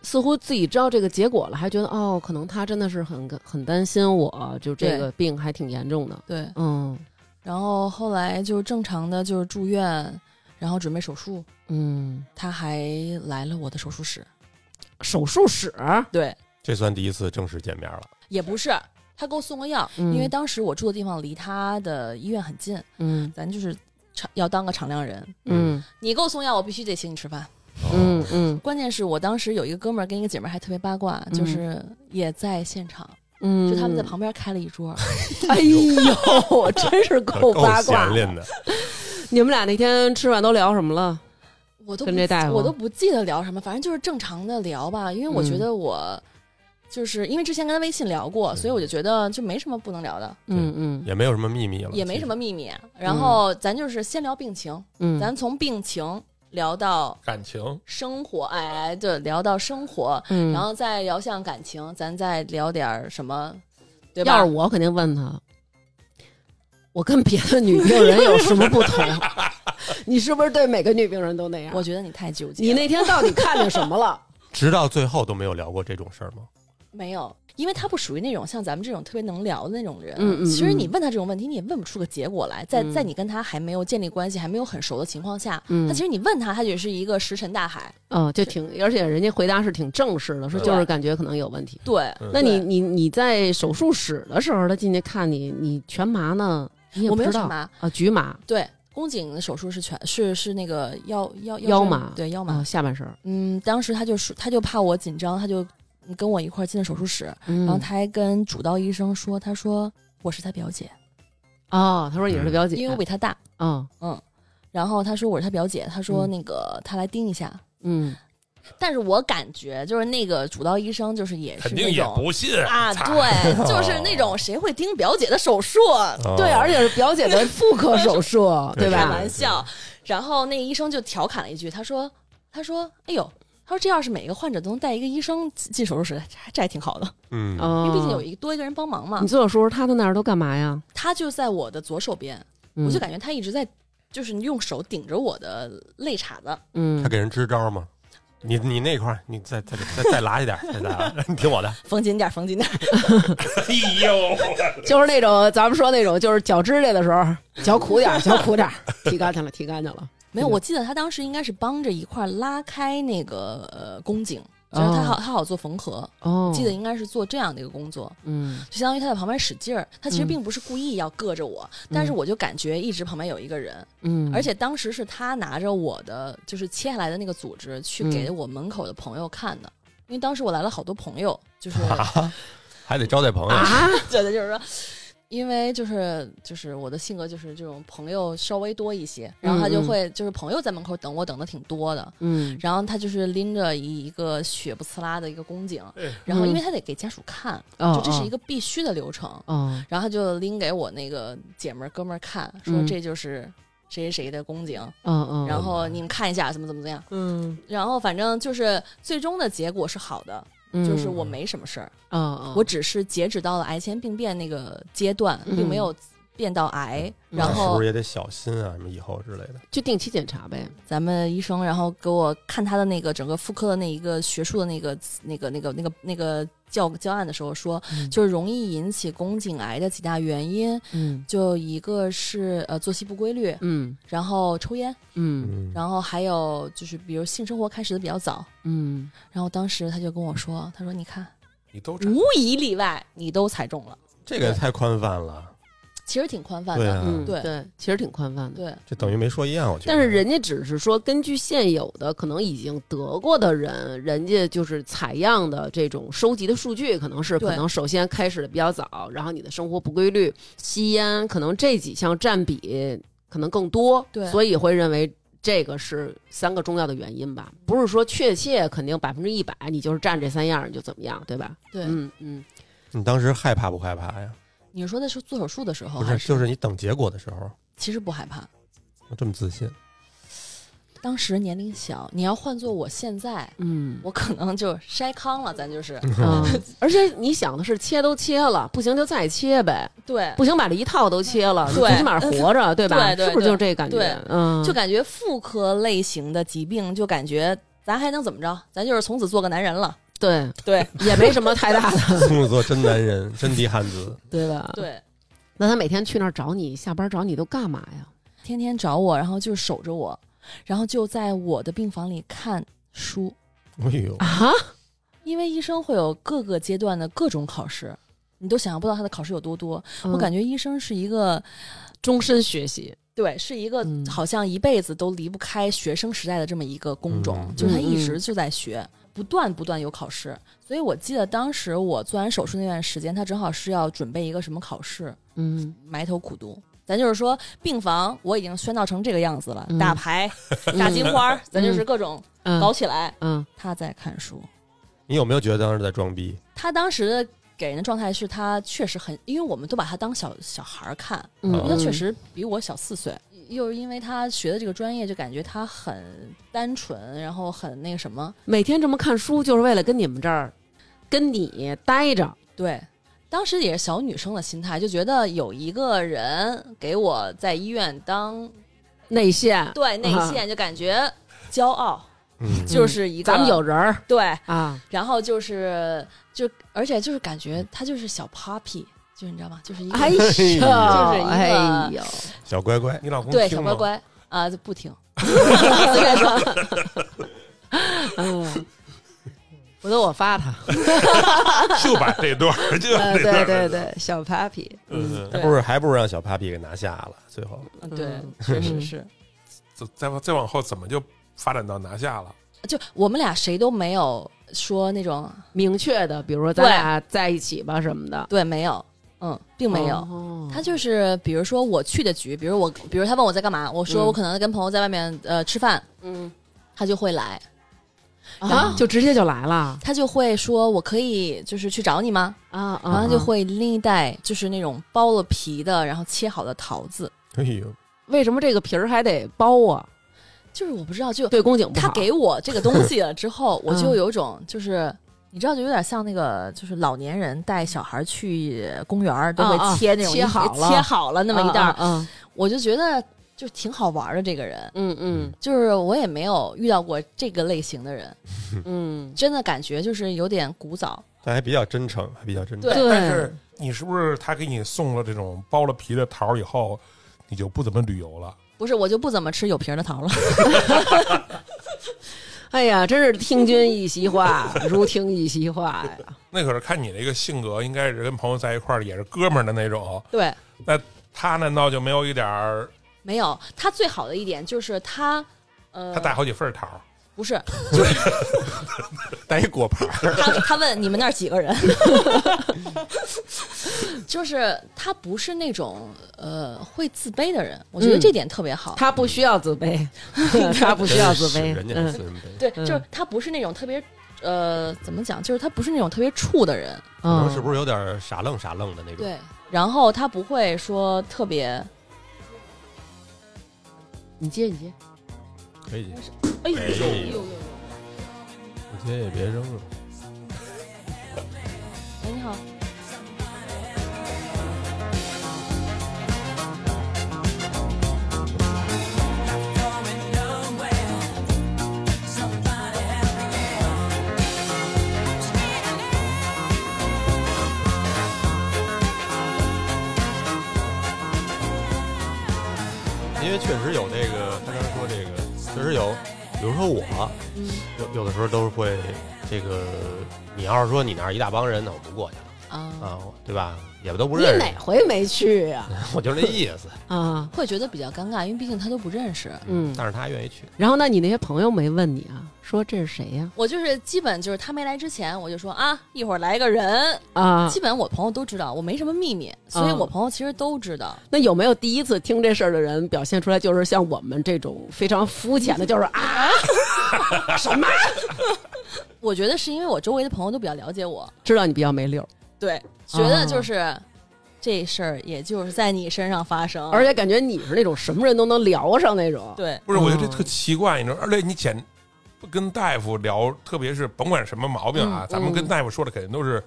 似乎自己知道这个结果了，还觉得哦，可能他真的是很很担心我，就这
对
个病还挺严重的，
对。
嗯
然后后来就正常的就是住院，然后准备手术，
嗯，
他还来了我的手术室。
手术室，
对，
这算第一次正式见面了。
也不是，他给我送过药，
嗯
因为当时我住的地方离他的医院很近，
嗯
咱就是敞要当个敞亮人。
嗯
你给我送药，我必须得请你吃饭。
哦
嗯嗯
关键是我当时有一个哥们儿跟一个姐们儿还特别八卦，
嗯
就是也在现场，
嗯，
就他们在旁边开了一 桌，
哎 呦，真是够
够
八卦
闲。练的，
你们俩那天吃饭都聊什么了？
我都不
跟这大夫
我都不记得聊什么，反正就是正常的聊吧，因为
嗯
我觉得我。就是因为之前跟他微信聊过，所以我就觉得就没什么不能聊的，
嗯嗯
也没有什么秘密了，
也没
其实
什么秘密。啊然后咱就是先聊病情，
嗯，
咱从病情聊到
感情
生活，哎，对，聊到生活，
嗯，
然后再聊向感情，咱再聊点儿什么，对吧？
要是我肯定问他，我跟别的女病人有什么不 同？你是不是对每个女病人都那样？
我觉得你太纠结了，
你那天到底看见什么 了？
直到最后都没有聊过这种事儿吗？
没有，因为他不属于那种像咱们这种特别能聊的那种人。啊
嗯嗯
其实
嗯
你问他这种问题，你也问不出个结果来。在、在
嗯
你跟他还没有建立关系、还没有很熟的情况下，
嗯
他其实你问他，他也是一个石沉大海。
哦，就挺，而且人家回答是挺正式的，说
对
就是感觉可能有问题。
对，
嗯
那
对
你你你在手术室的时候，他进去看你，你全麻呢？你也
我
不
没有
知道
全麻
啊，局麻
对宫颈手术是全是是那个腰腰
腰
椎
麻
对腰麻。
啊，下半身儿。
嗯，当时他就说，他就怕我紧张，他就跟我一块儿进了手术室，
然
然后他还跟主刀医生说，他说我是他表姐，
哦，他说你是他表姐，
因为我比他大。
嗯
然后他说我是他表姐，他说
嗯
那个他来盯一下，
嗯
但是我感觉就是那个主刀医生就是也是
肯定
那
也
种
不哦信
啊，
操
对，就是那种谁会盯表姐的手术，啊
哦
对，
哦
而且是表姐的妇科手 术，对
哦开
吧？
玩笑。然后那个医生就调侃了一句，他说：“他说，哎呦。”他说：“这要是每个患者都能带一个医生进进手术室，这还这还挺好的，
嗯，
哦，
因为毕竟有一多一个人帮忙嘛
你。坐手术，他在那儿都干嘛呀？”
他就在我的左手边，
嗯
我就感觉他一直在，就是用手顶着我的肋叉子。
嗯
他，给人支招吗？你你那块儿，你再再再再拉一点，再拉，啊 你听我 的，
缝紧点儿，缝紧 点儿。
哎呦，
就是那种咱们说那种，就是脚指甲的时候，脚苦点儿，脚苦点儿，提干净了，提干净了。
没有，我记得他当时应该是帮着一块儿拉开那个呃宫颈，就是
哦
他好、他好做缝合。
哦，
记得应该是做这样的一个工作，
嗯
就相当于他在旁边使劲儿。他其实
嗯
并不是故意要硌着我，但是
嗯
我就感觉一直旁边有一个人，
嗯，
而且当时是他拿着我的就是切下来的那个组织
嗯
去给我门口的朋友看的。因为当时我来了好多朋友， 就是
啊还得招待朋友。
啊，
觉得就是说，因为就是就是我的性格就是这种朋友稍微多一些，然后他就
嗯嗯
会就是朋友在门口等我等的挺多的，
嗯
然后他就是拎着一个血不呲啦的一个宫颈，
哎
然后因为他得给家属看，
嗯哦
就这是一个必须的流程，
哦
然后他就拎给我那个姐们儿哥们儿看，说
嗯
这就是谁谁谁的宫颈，
哦哦，
然后你们看一下怎么怎么怎么样，
嗯，
然后反正就是最终的结果是好的，就是我没什么事儿，
嗯哦哦，
我只是截止到了癌前病变那个阶段，
嗯
并没有变到癌，
嗯
然
是不
后
是。也得小心啊？什么以后之类的？
就定期检查呗。
咱们医生，然后给我看他的那个整个妇科的那一个学术的那个那个那个那个那个教教案的时候说，就是容易引起宫颈癌的几大原因，
嗯
就一个是呃作息不规律，
嗯
然后抽烟，
嗯
嗯，
然后还有就是比如性生活开始的比较早。
嗯，
然后当时他就跟我说，他说你看，
你都这
无一例外你都踩中了，
这个也太宽泛了。
其实挺宽泛
对
的，
啊，
嗯
对
对，其实挺宽泛的。
对。
这等于没说一样，我觉得。
但是人家只是说，根据现有的可能已经得过的人，人家就是采样的这种收集的数据，可能是
对
可能首先开始的比较早，然后你的生活不规律、吸烟，可能这几项占比可能更多，
对
所以会认为这个是三个重要的原因吧，不是说确切肯定百分之一百，你就是占这三样你就怎么样，对吧？
对
嗯嗯，
你当时害怕不害怕呀？
你说的是做手术的时候
不
还
是，
是？
就是你等结果的时候，
其实不害怕，
我这么自信，
当时年龄小，你要换做我现在，
嗯，
我可能就筛糠了，咱就是
嗯
啊， 而且你想的是切都切了，不行就再切呗，
对，
不行把这一套都切了，你最
对
起码活着，对吧？
对对
是不是就是这感觉
对？
嗯，
就感觉妇科类型的疾病，就感觉咱还能怎么着？咱就是从此做个男人了，
对，
对
也没什么太大的，
从此做真男人，真的汉子。
对吧？。
对，
那他每天去那儿找你，下班找你都干嘛呀？
天天找我，然后就守着我，然后就在我的病房里看书，
哎呦，
啊，
因为医生会有各个阶段的各种考试，你都想象不到他的考试有多多。我感
觉
觉医生是一个。
终身学习，
对，是一个
嗯
好像一辈子都离不开学生时代的这么一个工种，
嗯
就是他
嗯
一直就在学，不断不断有考试。所以我记得当时我做完手术那段时间，他正好是要准备一个什么考试，
嗯，
埋头苦读。咱就是说，病房我已经喧闹成这个样子了，
嗯
打 牌、炸金花儿，咱就是各种
嗯
搞起来。
嗯
他在看书，
你有没有觉得当时在装逼？
他当时给人的状态是他确实很，因为我们都把他当小小孩儿看，
嗯，
哦
因为他确
嗯
实比我小四岁，又是因为他学的这个专业，就感觉他很单纯，然后很那个什么。
每天这么看书，就是为了跟你们这儿跟你待着，
对，当时也是小女生的心态，就觉得有一个人给我在医院当
内线，
对内
啊
线，就感觉骄傲，
嗯，
就是一个
咱们有人儿
对，
啊，
然后就是就而且就是感觉他就是小 puppy，就是你知道吗？就是一个、
哎呦，
就是一个
哎 呦，
小乖乖，你老公
对
听
小
吗
乖乖啊、就不听，随便说。
嗯， 回头我发他，
就把这段儿，就把
呃，
这段
对对，
儿
对，小 Papi，
嗯，
还
对
不如还不如让小 Papi 给拿下了，最后
嗯对
嗯，
确实
嗯
是。
再再再往后怎么就发展到拿下了？
就我们俩谁都没有说那种
明确的，比如说咱俩在一起吧什么的，哦
对，没有，嗯，并没有。
有
他就是，比如说我去的局，比如我，比如他问我在干嘛，我说
嗯
我可能跟朋友在外面呃吃饭，
嗯
他就会来，
啊，就直接就来了
他就会说我可以就是去找你吗？
啊，
然后他就会拎一袋就是那种剥了皮的，然后切好的桃子，
哎呦，
为什么这个皮儿还得包啊？
就是我不知道，就
对宫颈不好
他给我这个东西了之后，我就
嗯
有种就是。你知道，就有点像那个，就是老年人带小孩去公园儿都
啊啊
会切那种
切好了
切好了那么一袋儿，
嗯
我就觉得就挺好玩儿的。这个人，
嗯嗯
就是我也没有遇到过这个类型的人，
嗯，
真的感觉就是有点古早。
但还比较真诚，还比较真诚。
对
但是你是不是他给你送了这种剥了皮的桃儿以后，你就不怎么旅游了？
不是，我就不怎么吃有皮儿的桃了。
哎呀，真是听君一席话， 如听一席话呀。
那可是看你这个性格，应该是跟朋友在一块儿也是哥们儿的那种。
对，
他难道就没有一点儿？
没有。他最好的一点就是他，呃，
嗯
他带好几份儿桃儿，
不是
带一果盘儿，
他，他问你们那儿几个人， 就是他不是那种呃会自卑的人，我觉得
嗯
这点特别好。
他不需要自 卑，他不需要自卑，
人家是
嗯
私人杯，
对，
嗯
就是他不是那种特别呃怎么讲，就是他不是那种特别怵的人。
可能是
嗯
不是有点傻愣傻愣的那种？
对，然后他不会说特别，
你接你接，
可以，
哎呦
哎
呦呦呦！
我今天也别扔了。
哎，你好。
因为确实有这个，他刚才说这个，确实有，比如说我，有有的时候都是会这个，你要是说你那儿一大帮人，那我不过去了
啊，
啊，对吧？也都不
你
认识
哪，回没去呀？
我就那意思。
啊，
会觉得比较尴尬，因为毕竟他都不认识。
嗯
但是他愿意去，
然后那你那些朋友没问你啊，说这是谁呀？
我就是基本就是他没来之前，我就说啊，一会儿来个人。
啊
基，本我朋友都知道，我没什么秘密，所
嗯
以我朋友其实都知道。
那有没有第一次听这事儿的人表现出来，就是像我们这种非常肤浅的， 就是啊什么？
我觉得是因为我周围的朋友都比较了解我，
嗯知道你比较没溜儿，
对，觉得就是这事儿也就是在你身上发生，
而且感觉你是那种什么人都能聊上那种。
啊对
不是，我觉
嗯
得这特奇怪，你知道，而且你简跟大夫聊，特别是甭管什么毛病啊，
嗯
咱们跟
嗯
大夫说的肯定都是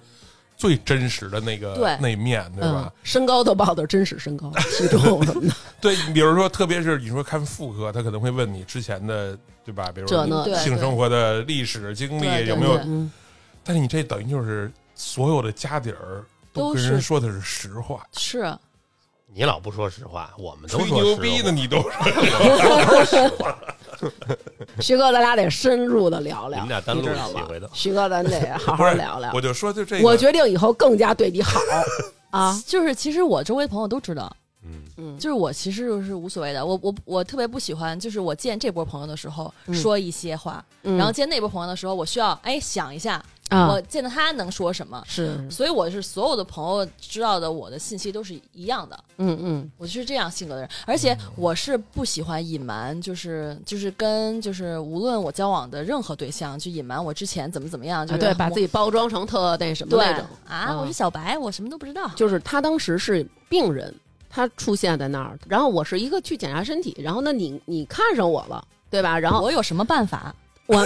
最真实的那个
对
那一面，对
嗯
吧？，
身高都报的真实身 高、体重什么的，
对，比如说，特别是你说看妇科，他可能会问你之前的，对吧？比如
这
说
那
你
对
性生活的历史经
对
历
对
有没有
对？
嗯，
但是你这等于就是所有的家底儿都
都
跟
是
人说的是实话，
是
你老不说实话，我们都
吹
说
牛
实
逼
话
的你都
徐哥，咱俩得深入的聊
你
聊，
们俩单
你
录
知
一
道
期
吗
回头？
徐哥，咱得好
不
好
是
聊聊
我。就说就这个，
我决定以后更加对你 好啊，
就是其实我周围朋友都知道，
嗯，
嗯，
就是我其实就是无所谓的，我我我特别不喜欢，就是我见这波朋友的时候
嗯
说一些话，
嗯
然后见那波朋友的时候，我需要哎想一下，
啊
我见到他能说什么。
是，
所以我是所有的朋友知道的我的信息都是一样的，
嗯嗯
我是这样性格的人，而且我是不喜欢隐瞒，就是就是跟就是无论我交往的任何对象去隐瞒我之前怎么怎么样，就
啊，
是
对，把自
己
己包装成特那什么
对
那种，
啊，
嗯
我是小白，我什么都不知道，
就是他当时是病人，他出现在那儿，然后我是一个去检查身体，然后呢你你看上我了，对吧？然后
我有什么办法？
我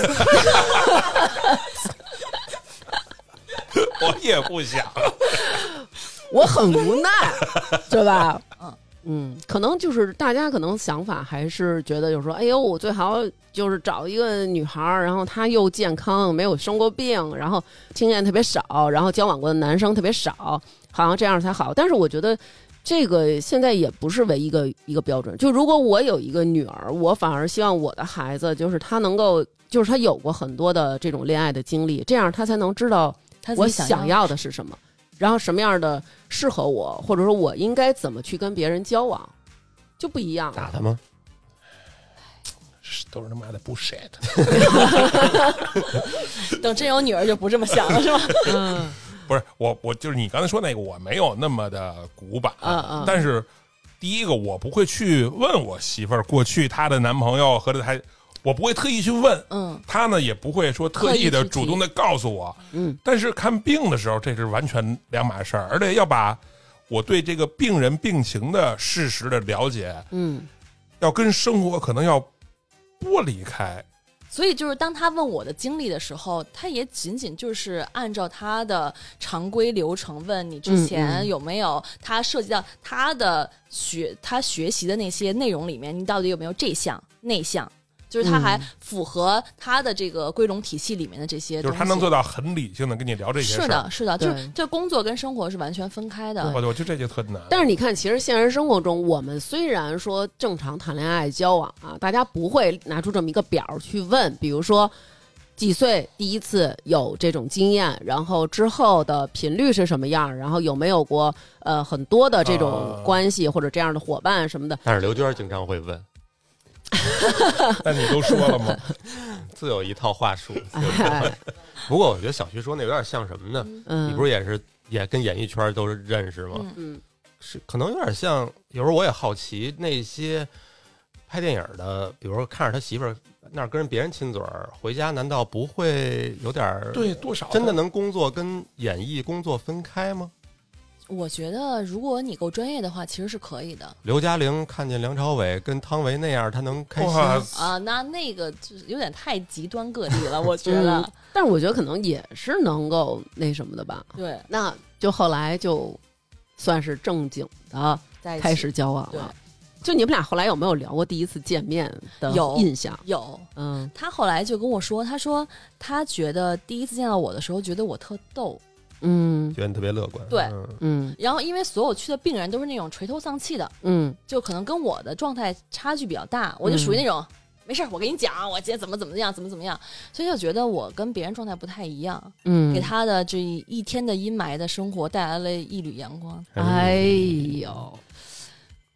我也不想，
我很无奈，对吧
嗯？
嗯，可能就是大家可能想法还是觉得就是说，哎呦，我最好就是找一个女孩儿，然后她又健康，没有生过病，然后经验特别少，然后交往过的男生特别少，好像这样才好。但是我觉得这个现在也不是唯一一个一个标准。就如果我有一个女儿，我反而希望我的孩子就是她能够，就是她有过很多的这种恋爱的经历，这样她才能知道
他自
我
己
想要的是什么，然后什么样的适合我，或者说我应该怎么去跟别人交往，就不一样了。
打他吗？
都是他妈的 bullshit。
等真有女儿就不这么想了，是吧？
嗯
不是我，我就是你刚才说那个，我没有那么的古板，
嗯嗯
但是第一个我不会去问我媳妇儿过去她的男朋友和她还，我不会特意去问，
嗯，
她呢也不会说特意的主动的告诉我，
嗯，
但是看病的时候这是完全两码事儿，而且要把我对这个病人病情的事实的了解，
嗯，
要跟生活可能要剥离开，
所以就是当他问我的经历的时候，他也仅仅就是按照他的常规流程问你之
嗯嗯
前有没有他涉及到他的学他学习的那些内容里面，你到底有没有这项那项？就是他
嗯
还符合他的这个归拢体系里面的这些
就
东
是
西，
他能做到很理性的跟你聊这些事
是
儿，
的，是的，就
对
是这工作跟生活是完全分开的。
我我觉得这就特难，
但是你看，其实现实生活中，我们虽然说正常谈恋爱交往啊，大家不会拿出这么一个表儿去问，比如说几岁第一次有这种经验，然后之后的频率是什么样，然后有没有过呃很多的这种
啊
关系或者这样的伙伴什么的，
但是刘娟经常会问，
但你都说了吗？
自有一套话术。自有一套话术
哎，
不过我觉得小徐说那有点像什么呢？
嗯，
你不是也是也跟演艺圈都是认识吗？
嗯
嗯
是可能有点像，有时候我也好奇那些拍电影的，比如说看着他媳妇儿那儿跟别人亲嘴儿，回家难道不会有点儿？
对，多少
真的能工作跟演艺工作分开吗？
我觉得如果你够专业的话，其实是可以的
刘嘉玲看见梁朝伟跟汤唯那样，她能开心？
哇
啊。那那个就是有点太极端个例了，我觉得。
嗯但是我觉得可能也是能够那什么的吧。
对，
那就后来就算是正经的
在一起
开始交往了。就你们俩后来有没有聊过第一次见面的
有
印象？
有。
嗯，
他后来就跟我说，他说他觉得第一次见到我的时候，觉得我特逗。
嗯
觉得你特别乐观。
对
嗯
嗯
然后因为所有去的病人都是那种垂头丧气的，
嗯
就可能跟我的状态差距比较大，我就属于那种、没事儿，我跟你讲，我今天怎么怎么样，怎么怎么样，所以就觉得我跟别人状态不太一样，
嗯，
给。他的这一天的阴霾的生活带来了一缕阳光，
哎呦，
嗯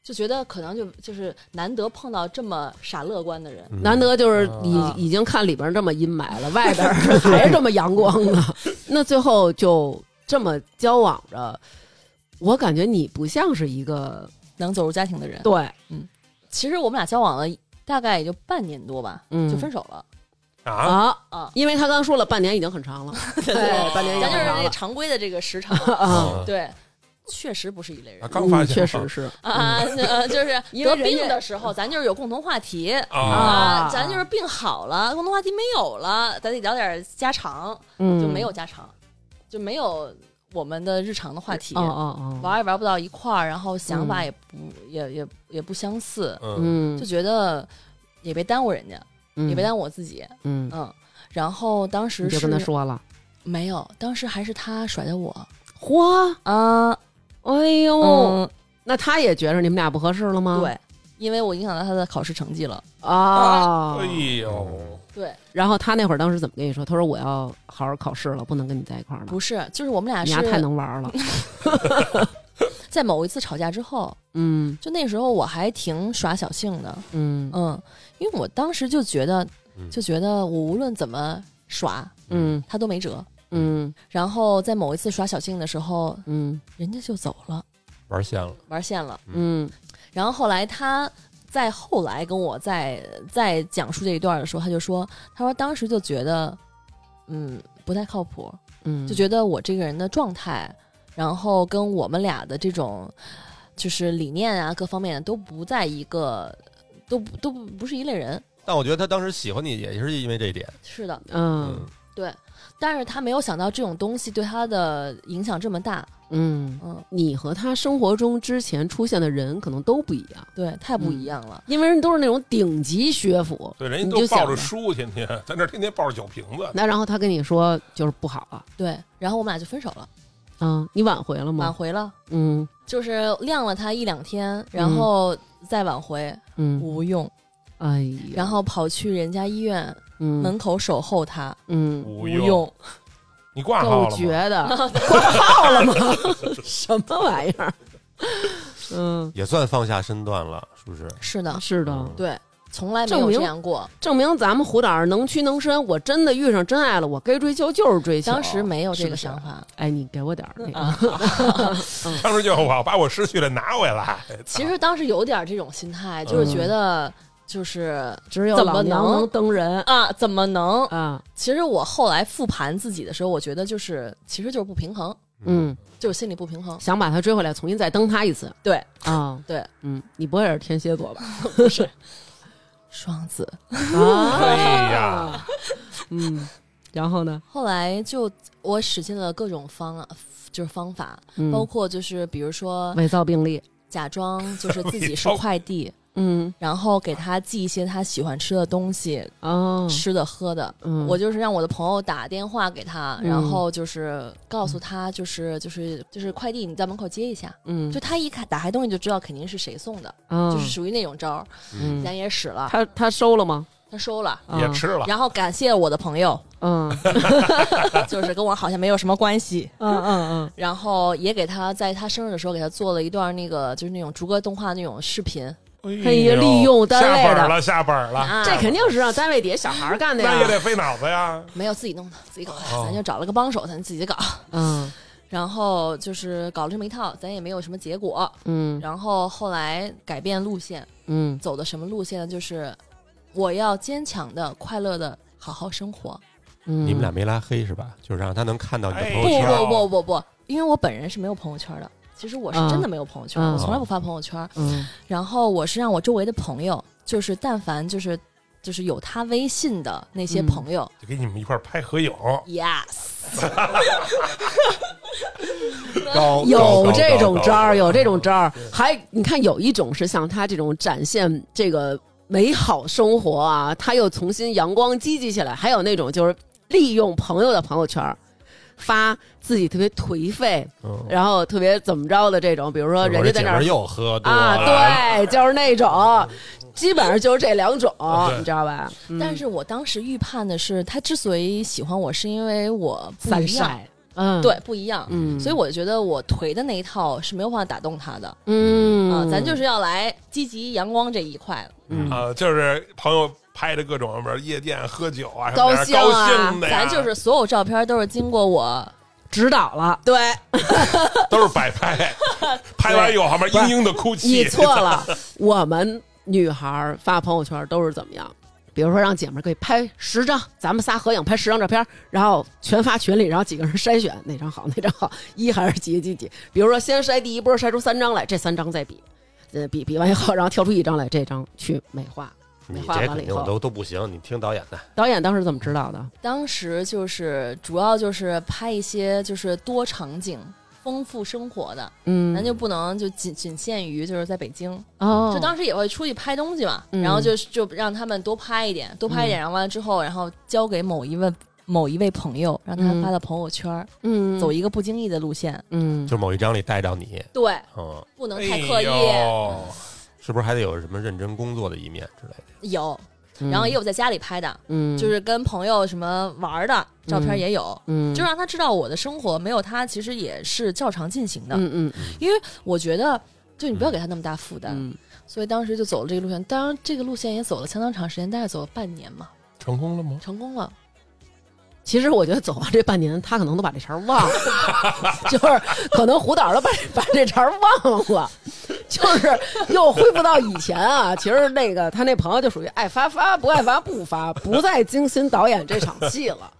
就觉得可能就就是难得碰到这么傻乐观的人。
嗯
难得就是你
啊
已经看里边这么阴霾 了，外边还是这么阳光呢。那最后就这么交往着，我感觉你不像是一个
能走入家庭的人，
对，
其实我们俩交往了大概也就半年多吧，
嗯
就分手了
啊，
啊，
啊。
因为他刚说了半年已经很长了，
对
对半年已
咱
经很
就是
长
那
了
常规的这个时长。
啊，
嗯
对，确实不是一类人
啊，刚发
嗯
现
确实是，
啊，呃就是
嗯 因为
得
人家嗯
病的时候，咱就是有共同话题
啊，
啊
咱就是病好了，共同话题没有了，咱得聊点家常，
嗯，
就没有家常，就没有我们的日常的话题，
哦哦哦，
玩也玩不到一块儿，然后想法
嗯
也不、也也也不相似，
嗯
嗯
就，觉得也别耽误人家，也别
误，
耽误我自己，
嗯，
嗯。然后当时
你
是
就跟他说了，
没有，当时还是他甩的我
嚯，
啊，
哎呦，
嗯，
那他也觉着你们俩不合适了吗？
对，因为我影响到他的考试成绩了，
啊
哎，
嗯
呦，
对，
然后他那会儿当时怎么跟你说？他说我要好好考试了，不能跟你在一块儿了。
不是，就是我们俩
你
是
丫太能玩儿了，
在某一次吵架之后，
嗯
就那时候我还挺耍小性的，
嗯
嗯，因为我当时就觉得
嗯，
就觉得我无论怎么耍，
嗯
他都没辙。
嗯
然后在某一次耍小性的时候，
嗯
人家就走了，
玩线了，
玩线了。
嗯
然后后来他在后来跟我在在讲述这一段的时候，他就说，他说当时就觉得，嗯，不太靠谱，
嗯，
就觉得我这个人的状态，然后跟我们俩的这种就是理念啊各方面都不在一个，都不都不不是一类人。
但我觉得他当时喜欢你也是因为这一点，
是的，
嗯
对。但是他没有想到这种东西对他的影响这么大，
嗯，
嗯，
你和他生活中之前出现的人可能都不一样，
对，太不
嗯
一样了。
因为人都是那种顶级学府，
对，人
你
家都
就
抱
想
着
吧
书，天天咱这天天抱着酒瓶子，
那然后他跟你说就是不好了，
对，然后我们俩就分手了，
嗯，你挽回了
挽
吗？
回了，
嗯
就是晾了他一两天，然后再挽回、
嗯，
无用，
哎呀，
然后跑去人家医院门
嗯
口守候他，
嗯，
无
无用，
你挂号
够
了
绝
吗？
的，挂号 了吗？什么玩意儿？嗯，
也算放下身段了，是不是？
是的，
是的，
嗯
对，从来没有
证明
这样过。
证明咱们胡导儿能屈能伸。我真的遇上真爱了，我该追求就是追求。
当时没有这个
是不
想
是。
法，
哎，你给我点儿那
啊
个。
当时就我把我失去的拿回来。
其实当时有点这种心
啊
态，就是
嗯
觉得就是
只有老娘能登人
啊，怎么能？
啊？
其实我后来复盘自己的时候，我觉得就是其实就是不平衡，
嗯，
就是心理不平衡。
想把他追回来，重新再登他一次
对，
啊？
对，
嗯，你不会也是天蝎座 吧？
不是双子。
啊，
哎呀，
嗯，然后呢？
后来就我使尽了各种方啊，就是方法，
嗯
包括就是比如说
伪造病例，
假装就是自己是
伪造
快递，
嗯，
然后给他寄一些他喜欢吃的东西，
哦，
吃的喝的。
嗯，
我就是让我的朋友打电话给他，
嗯
然后就是告诉他，就是就是就是快递你在门口接一下。
嗯，
就他一看打开东西就知道肯定是谁送的，
啊
就是属于那种招儿，
嗯
咱也使了，
他他收了吗？
他收了。
啊
也吃了，
然后感谢我的朋友，
嗯嗯
就是跟我好像没有什么关系。
嗯
然后也给他在他生日的时候给他做了一段那个就是那种逐格动画那种视频
哎
嘿
呦
嗯利用单位的
下本了，下本了，
啊
嗯，，这肯定是让单位底下小孩儿干的
那也
呀。
得费脑子呀。
没有自己弄的，自己搞的，
哦
咱就找了个帮手，咱自己搞。
嗯
然后就是搞了这么一套，咱也没有什么结果。
嗯
然后后来改变路线，
嗯
走的什么路线呢？就是我要坚强的、快乐的好好生活。
嗯，
你们俩没拉黑是吧？就是让他能看到
哎
你的朋
不
友圈，啊
哦
不不不不，因为我本人是没有朋友圈的。其实我是真的没有朋友圈，
嗯
我从来不发朋友圈。
嗯
然后我是让我周围的朋友，就是但凡就是就是有他微信的那些
嗯
朋友、
就给你们一块儿拍合影，
y e s
高
有这种招儿，有这种招儿。还你看，有一种是像他这种展现这个美好生活啊，他又重新阳光积极起来；还有那种就是利用朋友的朋友圈儿。发自己特别颓废，
嗯
然后特别怎么着的这种，比如说人家在那
我这姐们
儿
儿又喝多了，
啊，对，就是那 种，基本上就是这两种，
对
啊
你知道吧？嗯
但是我当时预判的是，他之所以喜欢我，是因为我不
散
一样，
晒，嗯，
对，，不一样。
嗯，
所以我觉得我颓的那一套是没有办法打动他的、
嗯
啊，咱就是要来积极阳光这一块了，
嗯
啊，就是朋友拍的各种什么夜店喝酒啊，什
高
么
兴
的
啊
高兴的呀，
咱就是所有照片都是经过我
指导了，
对
都是 摆拍，拍完以后旁边嘤嘤的哭泣。
你错了，我们女孩儿发朋友圈都是怎么样？比如说让姐们儿可以拍十张，咱们仨合影拍十张照片，然后全发群里，然后几个人筛选哪张好，哪张好，一还是几几几。比如说先筛第一波，筛出三张来，这三张再比，呃，比比完以后，然后挑出一张来，这张去美化。
你
美
这
化完了
肯
以
定
后，
都都不行，你听导演的，
导演当时怎么知道的？
当时就是主要就是拍一些就是多场景、丰富生活的，
嗯，
咱就不能就仅仅限于就是在北京，
哦，
就当时也会出去拍东西嘛，
嗯
然后就就让他们多拍一点，多拍一点，然后完了之后，然后交给某一位某一位朋友，让他
嗯
发到朋友圈儿，
嗯
走一个不经意的路线，
嗯
就某一章里带到你，
对，
嗯，
不能
哎
太刻意。
呦，
是不是还得有什么认真工作的一面之类的？
有，然后也有在家里拍的，
嗯
就是跟朋友什么玩儿的照片
嗯
也有，
嗯
就让他知道我的生活没有他其实也是照常进行的。
嗯嗯
我觉得，就你不要给他那么大负担，
嗯
所以当时就走了这个路线。当然，这个路线也走了相当长时间，大概走了半年嘛，
成功了吗？
成功了。
其实我觉得走完这半年，他可能都把这茬儿忘了， 就是可能胡导都把把这茬儿忘了，就是又恢复到以前啊。其实那个他那朋友就属于爱发发，不爱发不发，不再精心导演这场戏了。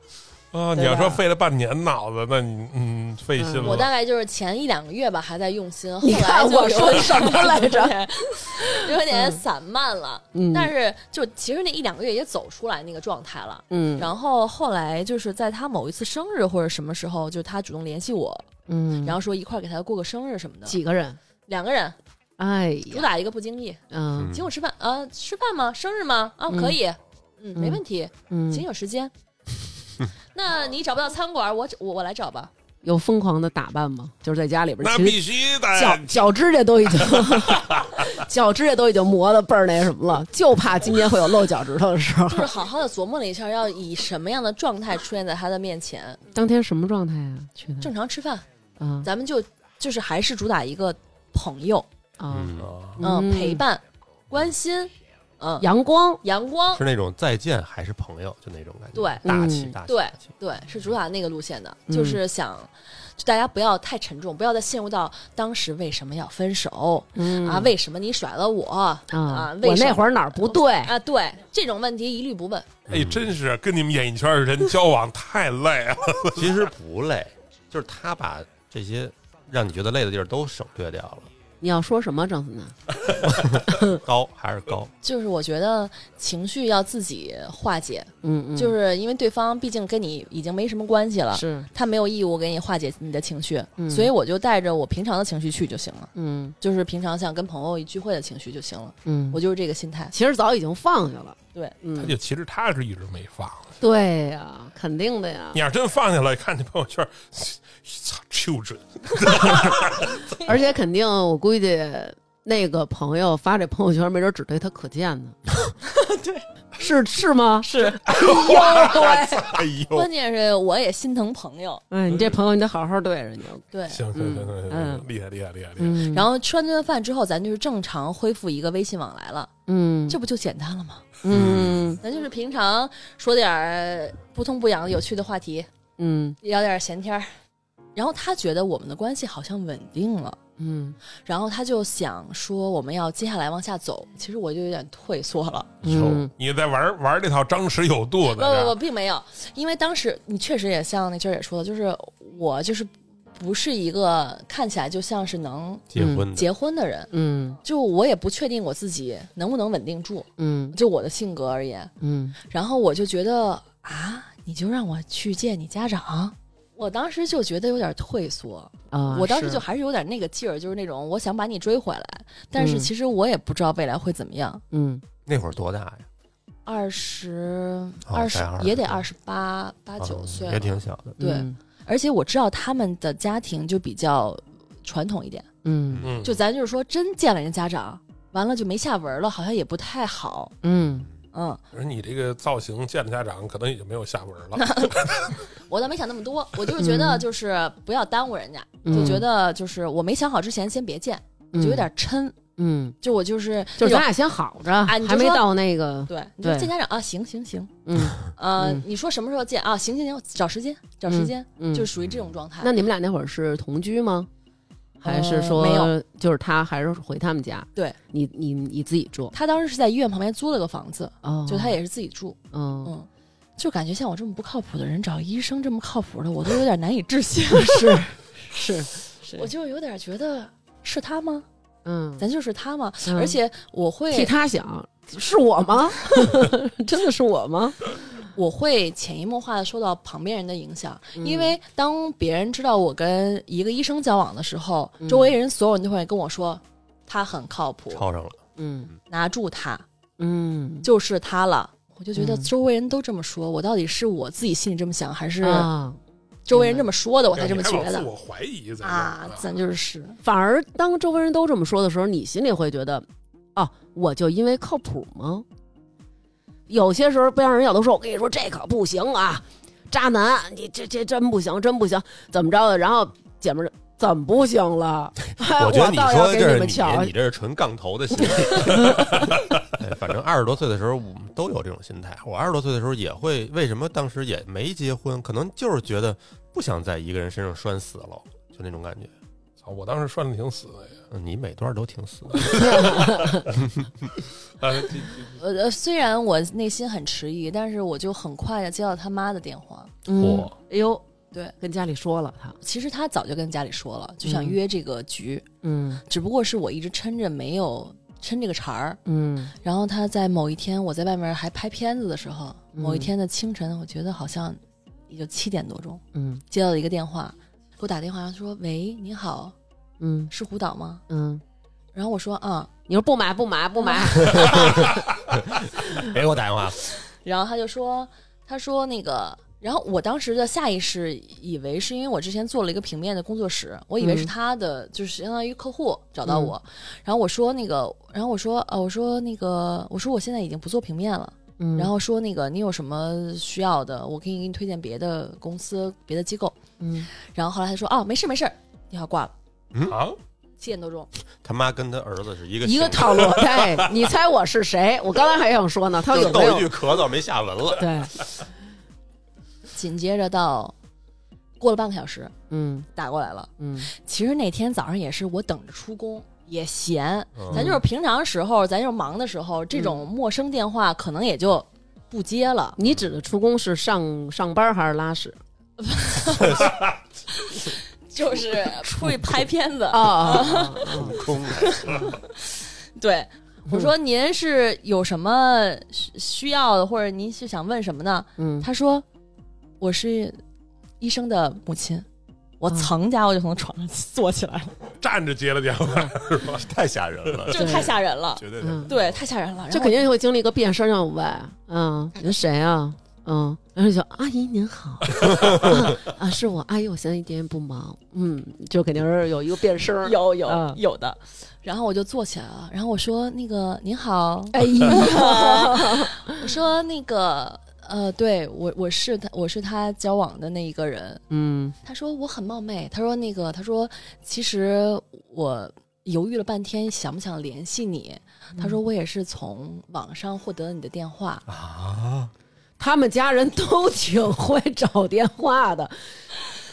啊，
对吧
你要说费了半年脑子，那你嗯费心
嗯
我大
了。
概就是前一两个月吧，还在用 心，后
你
来
看
就
我说
有
什么来着？
点 有点散漫了。
嗯
但是就其实那一两个月也走出来那个状态了。
嗯
然后后来就是在他某一次生日或者什么时候，就他主动联系我，
嗯，
然后说一块儿给他过个生日什么的。
几个人？
两个人
哎
主
呀，
打一个不经意，
嗯
请我吃饭啊、呃吃饭吗？生日吗？啊，
嗯
可以，嗯，没
嗯
问题，请
嗯，
有时间。 那你找不到餐馆，我我我来找吧。
有疯狂的打扮吗？就是在家里边，
那
其实
必须
脚
的，
脚指甲都已经， 脚指甲都已经磨得倍儿那什么了，就怕今天会有露脚趾头的时候
就。是好好的琢磨了一下，要以什么样的状态出现在他的面前。
当天什么状态啊？去的
正常吃饭，
啊
咱们就就是还是主打一个朋友，
啊，
嗯，
嗯，陪伴、关心，嗯，
阳光，
阳光
是，那种再见还是朋友，就那种感觉，
对
大气
嗯
大气，
对
大气
对，是主打那个路线的，
嗯
就是想。就大家不要太沉重，不要再陷入到当时为什么要分手、
嗯
啊？为什么你甩了我啊
啊？
为
我
什
那
么
会儿哪儿不对？
啊，对这种问题一律不问。
哎，真是跟你们演艺圈的人交往太累了。
其实不累，就是他把这些让你觉得累的地儿都省略掉了，
你要说什么，张思南？嗯
高还是高，
就是我觉得情绪要自己化解，
嗯嗯，
就是因为对方毕竟跟你已经没什么关系了，
是，
他没有义务给你化解你的情绪，
嗯
所以我就带着我平常的情绪去就行了，
嗯
就是平常像跟朋友一聚会的情绪就行了，
嗯，
我就是这个心态。
其实早已经放下了。
对，
他
嗯，
就其实他是一直没放。
对呀，肯定的呀
你。要真放下了，看你朋友圈，操，children，
而且肯定，我估计那个朋友发这朋友圈，没准只对他可见 呢。对，是是吗？是。 哎呦喂！
哎呦
关，键是我也心疼朋友，
哎，你这朋友你得好好对人家。
对。
行行行行
嗯
行，厉害厉害厉害厉害。
嗯，
然后吃完顿饭之后，咱就是正常恢复一个微信往来了，
嗯，
这不就简单了吗？
嗯
咱就是平常说点儿不痛不痒的有趣的话题，
嗯
聊点闲天儿。然后他觉得我们的关系好像稳定了，
嗯
然后他就想说我们要接下来往下走。其实我就有点退缩了，
嗯
你在玩玩这套张弛有度的，
不
这
啊
不不，并没有，因为当时你确实也像那娟儿也说的，就是我就是不是一个看起来就像是能
结婚的，
结婚的人，
嗯
就我也不确定我自己能不能稳定住，
嗯
就我的性格而言。
嗯
然后我就觉得啊，你就让我去见你家长，我当时就觉得有点退缩。
啊！
我当时
是
就还是有点那个劲儿，就是那种我想把你追回来，但是
嗯
其实我也不知道未来会怎么样。
嗯
那会儿多大呀？
二十
哦
二十
才20
也得二十八八九
嗯
岁
也
了，
挺小的，
对
嗯
而且我知道他们的家庭就比较传统一点，
嗯
嗯，
就咱就是说真见了人家长，完了就没下文了，好像也不太好。
嗯
嗯，
而你这个造型见家长可能已经没有下文 了。
我倒没想那么多，我就是觉得就是不要耽误人家，
嗯
就觉得就是我没想好之前先别见，
嗯
就有点抻，
嗯，
就我就是
就是咱
那种
俩先好着，
啊你就
还没
说
到那个
对，你说
对
见家长啊，行行行，
嗯
呃，
嗯
你说什么时候见啊？行行行，找时间，找时间，
嗯，
就是属于这种状态。
那你们俩那会儿是同居吗？还是说、
呃没有？
就是他还是回他们家？
对，
你你你自己住
他当时是在医院旁边租了个房子，
哦，
就他也是自己住，
嗯
嗯。就感觉像我这么不靠谱的人，找医生这么靠谱的，我都有点难以置信。是，
是是
我就有点觉得是他吗？
嗯，
咱就是他吗？
嗯
而且我会
替他想，是我吗？ 真的是我吗？
我会潜移默化的受到旁边人的影响，
嗯
因为当别人知道我跟一个医生交往的时候，
嗯
周围人所有人都会跟我说他很靠谱，
抄上了，
嗯
拿住他
嗯，
就是他了。我就觉得
嗯
周围人都这么说，我到底是我自己心里这么想，还是
啊，
周围人这么说的，我才这么
你还
觉
老
得
自我怀疑在这儿
啊？咱就是是
反而当周围人都这么说的时候，你心里会觉得，哦，我就因为靠谱吗？有些时候不让人要都说，我跟你说这可不行啊，渣男，你这这真不行，真不行，怎么着的？然后姐们儿怎么不行了？ 哎
我觉得
倒
说
要
的
给
这是
们瞧啊
你，你这是纯杠头的心 理。哎反正二十多岁的时候，我们都有这种心态。我二十多岁的时候也会，为什么当时也没结婚？可能就是觉得不想在一个人身上拴死了，就那种感觉。
操我当时拴的挺死的，
嗯你每段都挺死的，
呃，这
呃，呃虽然我内心很迟疑，但是我就很快的接到他妈的电话。
嗯
嚯，
哎呦，
对，
跟家里说了他，
其实他早就跟家里说了，就想
嗯
约这个局，
嗯
只不过是我一直抻着没有抻这个茬儿。
嗯
然后他在某一天我在外面还拍片子的时候，某一天的清晨，我觉得好像也就七点多钟，
嗯
接到了一个电话，给我打电话说：“喂，你好，
嗯
是胡导吗
嗯，？”
然后我说：“啊。
你说不买不买不买，
别给我打电话。”
然后他就说：“他说那个。”然后我当时的下意识以为是因为我之前做了一个平面的工作室，我以为是
嗯
他的，就是相当于客户找到我，然后我说那个，然后我说呃，我说那个，我说我现在已经不做平面了，
嗯
然后说那个你有什么需要的，我可以给你推荐别的公司、别的机构。
嗯
然后后来他说啊，没事没事，电话挂了，
啊，
七点多钟，
嗯他妈跟他儿子是一个
一个
性格
套 路，对，你猜我是谁？我刚才还想说呢，他
就
有
逗
没有
一句咳嗽没下文了。
对，
紧接着到过了半个小时
嗯
打过来了。
嗯
其实那天早上也是我等着出工。也闲，
嗯
咱就是平常时候，咱就是忙的时候，这种陌生电话可能也就不接了，。
你指的出工是上上班还是拉屎？
就是出去拍片 子
啊，啊
空
哦对，我说您是有什么需需要的，或者您是想问什么呢？
嗯，
他说：“我是医生的母亲。”我
嗯
噌家伙就从床上坐起来了，
站着接 了电话，
太吓人了，
这太吓人了，
绝对
嗯
对，太吓人了。然后
这肯定会经历一个变声，像五外，嗯，您谁啊？嗯，然后就阿姨您好，啊啊，是我阿姨，我现在一点也不忙，嗯，就肯定是有一个变声，
有有、
嗯
有的。然后我就坐起来了，然后我说：“那个您好，
哎呀，
我说那个呃，对我我是他我是他交往的那一个人。”
嗯
他说：“我很冒昧。”他说：“那个他说其实我犹豫了半天，想不想联系你？”他说：“我也是从网上获得了你的电话。”
啊！
他们家人都挺会找电话的，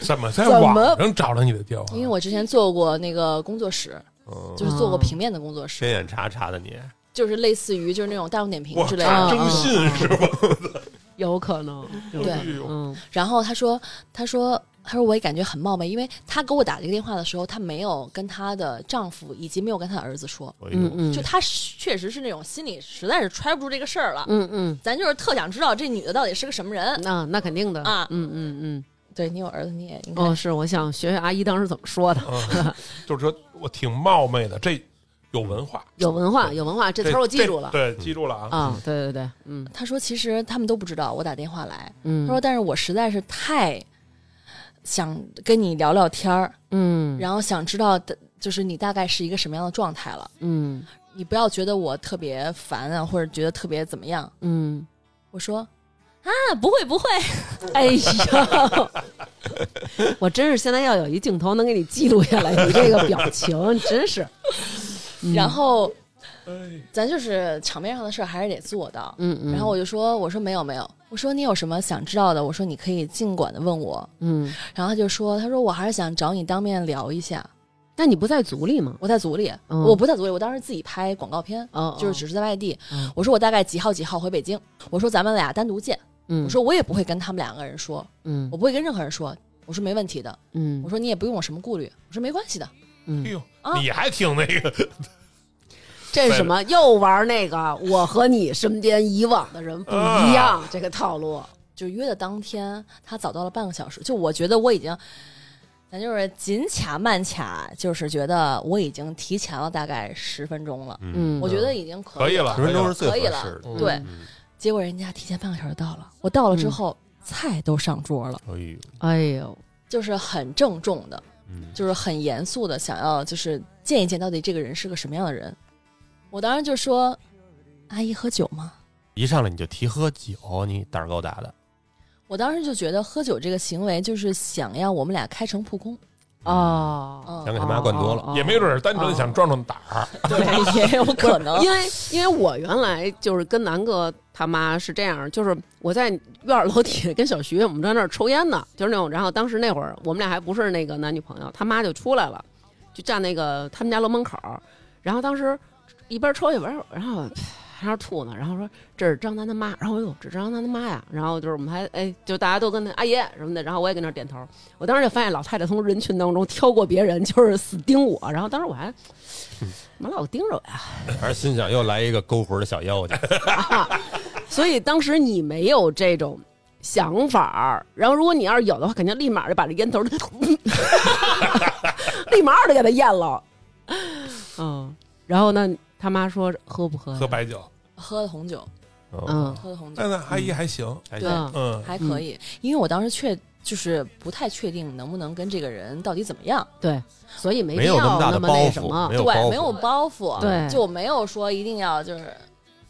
怎么在
怎么哎
网上找到你的电话？
因为我之前做过那个工作室，
嗯，
就是做过平面的工作室，
天眼查查的你，
就是类似于就是那种大众点评
我
之类
啊
的。
征信是吧？
有可能，有
对
哎呦
嗯
然后他说，他说，他说我也感觉很冒昧，因为他给我打这个电话的时候，他没有跟她的丈夫以及没有跟她儿子说，
哎呦
嗯嗯，
就他确实是那种心里实在是揣不住这个事儿了。
嗯嗯，
咱就是特想知道这女的到底是个什么人。
那那肯定的
啊嗯
嗯嗯嗯，
对你有儿子，你也应该、
哦，是我想学学阿姨当时怎么说的，
嗯就是说我挺冒昧的，这有文化，
有文化，有文化，这词儿我记住了
对，记住了啊。
啊，对对对，嗯
他说，其实他们都不知道我打电话来。
嗯，
他说，但是我实在是太想跟你聊聊天儿，
嗯，
然后想知道的就是你大概是一个什么样的状态了。
嗯
你不要觉得我特别烦啊，或者觉得特别怎么样。
嗯，
我说啊，不会不会，
哎呀，我真是现在要有一镜头能给你记录下来，你这个表情 真是，嗯
然后
哎
咱就是场面上的事儿还是得做到。
嗯嗯，
然后我就说，我说没有没有，我说你有什么想知道的，我说你可以尽管的问我。
嗯
然后他就说，他说我还是想找你当面聊一下。
那你不在组里吗？
我在组里，
嗯
我不在组里，我当时自己拍广告片，
哦，
就是
哦
只是在外地。
嗯
我说我大概几号几号回北京，我说咱们俩单独见，
嗯，
我说我也不会跟他们两个人说，
嗯
我不会跟任何人说，我说没问题的，
嗯
我说你也不用有什么顾虑，我说没关系的。
哎
嗯，
呦，
啊
你还挺那个，
这是什么？又玩那个我和你身边以往的人不
啊
一样、这个套路。
就约的当天，他早到了半个小时，就我觉得我已经，咱就是紧卡慢卡，就是觉得我已经提前了大概十分钟了，
嗯，
我觉得已经可
可以了
十分钟是最合
可以
适
了
的。
嗯
对，
嗯，
结果人家提前半个小时到了，我到了之
嗯
后、菜都上桌了，
哎呦，
哎呦，
就是很郑重的，
嗯，
就是很严肃的想要就是见一见到底这个人是个什么样的人。我当时就说：“阿姨喝酒吗
一上来你就提喝酒，你胆儿够大的。？”
我当时就觉得喝酒这个行为就是想要我们俩开诚布公，
哦，
嗯
想，给他妈灌多了，
哦
也没准儿单纯的想壮壮胆儿。
对，也有可能。
因为因为我原来就是跟南哥他妈是这样，就是我在院儿楼底下跟小徐，我们在那儿抽烟呢，就是那种。然后当时那会儿我们俩还不是那个男女朋友，他妈就出来了，就站那个他们家楼门口儿。然后当时一边抽一边，然后还那吐呢，然后说这是张楠他妈，然后我哟这是张楠他妈呀，然后就是我们还哎就大家都跟那阿姨什么的，然后我也跟那儿点头。我当时就发现老太太从人群当中挑过别人，就是死盯我，然后当时我还。怎么老盯着我呀？
还是心想又来一个勾魂的小妖精。
所以当时你没有这种想法儿，然后如果你要是有的话，肯定立马就把这烟头儿 立马就给他咽了。嗯，然后呢，他妈说喝不喝呀？
喝白酒，
喝的红酒，
嗯，
喝的红酒
那那阿姨还行，
哎
对
嗯
嗯，
还可以，因为我当时确就是不太确定能不能跟这个人到底怎么样，
对，所以没必
没有那
要
么大的
么
包
那
袱
什么
没。有
对
包袱，
没有包袱，
对
就我没有说一定要就是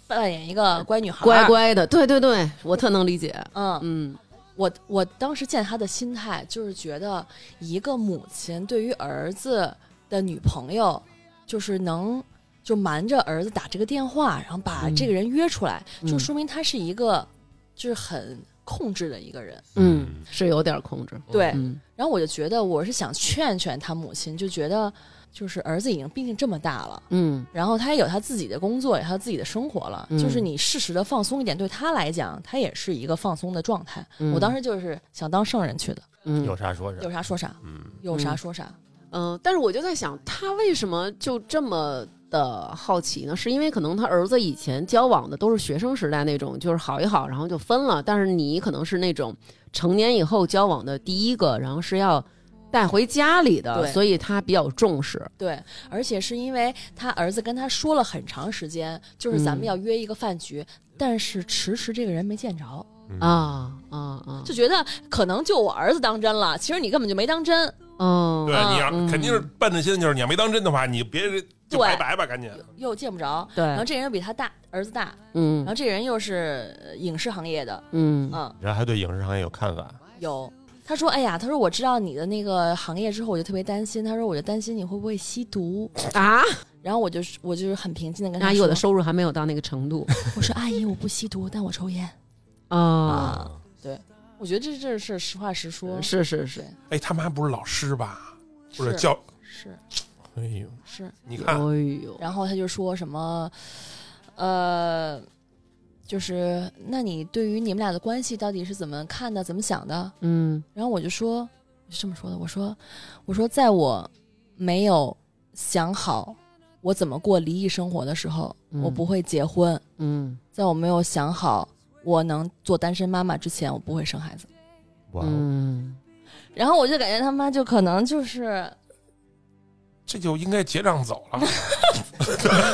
扮演一个乖女孩，
乖，乖的，对对对，我特能理解。
嗯，
嗯
我我当时见他的心态就是觉得一个母亲对于儿子的女朋友，就是能就瞒着儿子打这个电话，然后把
嗯
这个人约出来，
嗯
就说明他是一个就是很控制的一个人，
嗯，是有点控制。
对，
嗯
然后我就觉得我是想劝劝他母亲，就觉得就是儿子已经毕竟这么大了，
嗯
然后他也有他自己的工作，有他自己的生活了，
嗯
就是你适时的放松一点，对他来讲，他也是一个放松的状态。
嗯
我当时就是想当圣人去的，
嗯
有啥说啥
有。啥说啥，
嗯，
有啥说啥。
嗯，但是我就在想，他为什么就这么的好奇呢？是因为可能他儿子以前交往的都是学生时代那种，就是好一好，然后就分了。但是你可能是那种成年以后交往的第一个，然后是要带回家里的，
对
所以他比较重视。
对，而且是因为他儿子跟他说了很长时间，就是咱们
嗯
要约一个饭局，但是迟迟这个人没见着，
嗯，
啊啊啊！
就觉得可能就我儿子当真了，其实你根本就没当真。
嗯，
啊
对，你要
嗯
肯定是奔着心就是你要没当真的话，你别就
对
拜拜吧，赶紧。
又见不着，然后
啊对，
这人又比他大，儿子大，然后
嗯
这人又是呃影视行业的，
嗯
嗯，
然后还对影视行业有看法，
有。他说：“哎呀，他说我知道你的那个行业之后，我就特别担心。他说我就担心你会不会吸毒。
啊！
然后我就是我就是很平静的跟他
阿
说：‘
姨，我的收入还没有到那个程 度
我说阿姨，我不吸毒，但我抽烟。
啊。
啊’
嗯
我觉得这这是实话实说，
是是是，
哎，他妈不是老师吧？或者
是
教？
是
哎呦，
是。
你
哎
看，
呦，
然后他就说什么，呃，就是那你对于你们俩的关系到底是怎么看的，怎么想的？
嗯
然后我就说，是这么说的，我说，我说，在我没有想好我怎么过离异生活的时候，
嗯
我不会结婚；
嗯
在我没有想好我能做单身妈妈之前，我不会生孩子。哦
哇，
嗯，
然后我就感觉他妈就可能就是
这就应该结账走了，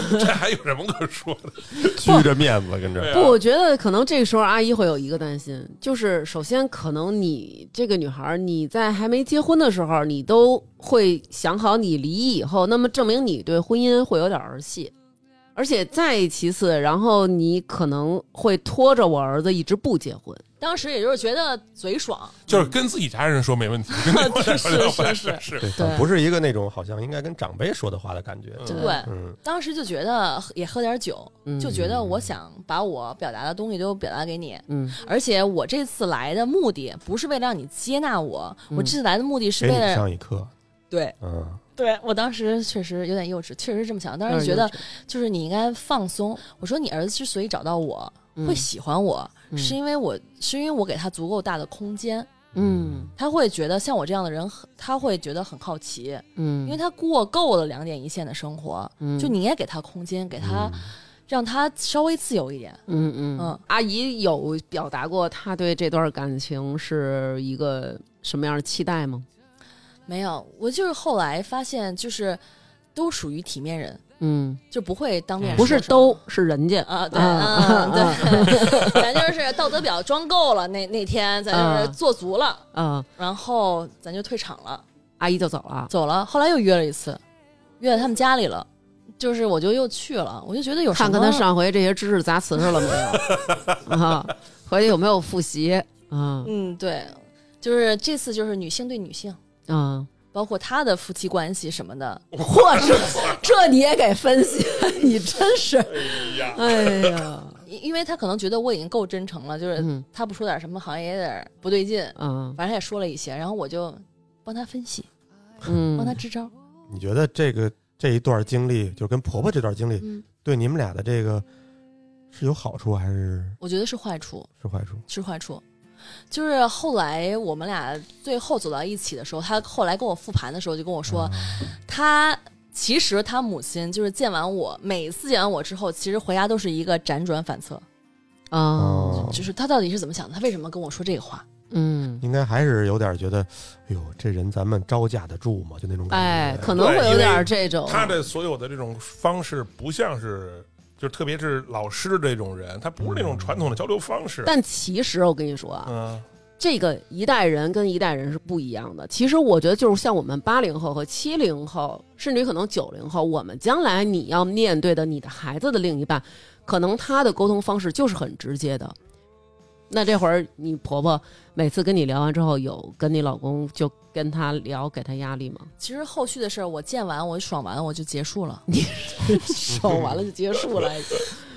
这还有什么可说的？
拘着面子跟
对
这，
啊
不，我觉得可能这时候阿姨会有一个担心，就是首先可能你这个女孩儿，你在还没结婚的时候，你都会想好你离异以后，那么证明你对婚姻会有点儿戏，而且再其次，然后你可能会拖着我儿子一直不结婚。
当时也就是觉得嘴爽，
就是跟自己家人说没问题，跟另外人说
是是
是是，
对
不是一个那种好像应该跟长辈说的话的感觉。
嗯
对。
嗯，
当时就觉得也喝点酒，
嗯
就觉得我想把我表达的东西都表达给你，
嗯
而且我这次来的目的不是为了让你接纳我，
嗯
我这次来的目的是
给
为
哎你
了
上一课，
对
嗯，
对我当时确实有点幼稚，确实这么想。当时觉得就是你应该放松。我说你儿子之所以找到我，
嗯
会喜欢我，是因为我是因为我给他足够大的空间，
嗯
他会觉得像我这样的人很，他会觉得很好奇，
嗯，
因为他过够了两点一线的生活。
为
就你也给他空间，给他
嗯
让他稍微自由一点。
嗯嗯
嗯
阿姨有表达过她对这段感情是一个什么样的期待吗？
没有，我就是后来发现，就是都属于体面人，
嗯，
就不会当面
嗯
不
说
是
什么
都是人家
啊，对，
啊
嗯，对， 咱就是道德表装够了，那那天咱
嗯
就是做足了，
啊，
然后咱就退场了，
阿姨就走了。
走了。后来又约了一次，约在他们家里了，就是我就又去了，我就觉得有什
看
么
看他上回这些知识杂词了没有 啊？回去有没有复习？啊
嗯，对，就是这次就是女性对女性，
啊！
包括他的夫妻关系什么的，
我这这你也 给分析，你真是，哎呀，
因因为他可能觉得我已经够真诚了，就是
嗯
他不说点什么好像也有点不对劲，
啊
反正也说了一些，然后我就帮他分析，帮他
嗯，
支招。
你觉得这个这一段经历，就是跟婆婆这段经历，
嗯，
对你们俩的这个是有好处还是
我觉得是坏处，
是坏处？
是坏处。就是后来我们俩最后走到一起的时候，他后来跟我复盘的时候就跟我说，
啊嗯
他其实他母亲就是见完我，每次见完我之后，其实回家都是一个辗转反侧，
啊，
哦
就是他到底是怎么想的，他为什么跟我说这个话？
嗯，
应该还是有点觉得，哎呦，这人咱们招架得住吗？就那种感
哎，
觉。
可能会有点这种，
他的所有的这种方式不像是，就特别是老师这种人，他不是那种传统的交流方式。
但其实我跟你说啊，
嗯，
这个一代人跟一代人是不一样的。其实我觉得，就是像我们八零后和七零后，甚至于可能九零后，我们将来你要面对的你的孩子的另一半，可能他的沟通方式就是很直接的。那这会儿你婆婆每次跟你聊完之后，有跟你老公就跟他聊，给他压力吗？
其实后续的事儿，我见完我爽完我就结束了，
嗯
说完了就结束了， 哎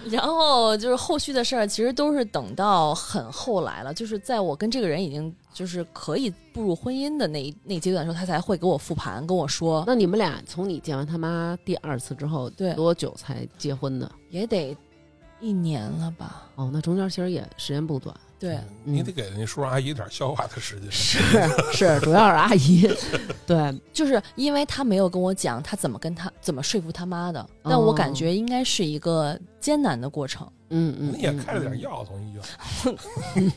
然后就是后续的事儿，其实都是等到很后来了，就是在我跟这个人已经就是可以步入婚姻的那一那一阶段的时候，他才会给我复盘，跟我说
那你们俩从你见完他妈第二次之后，
对
多久才结婚的？
也得一年了吧？嗯
哦，那中间其实也时间不短。
对，
你得给人家叔叔阿姨点消化的时间。
是是，主要是阿姨，对，
就是因为他没有跟我讲他怎么跟他怎么说服他妈的，但
哦
我感觉应该是一个艰难的过程。
嗯嗯，
你也
嗯
开了
嗯
点药，从医院。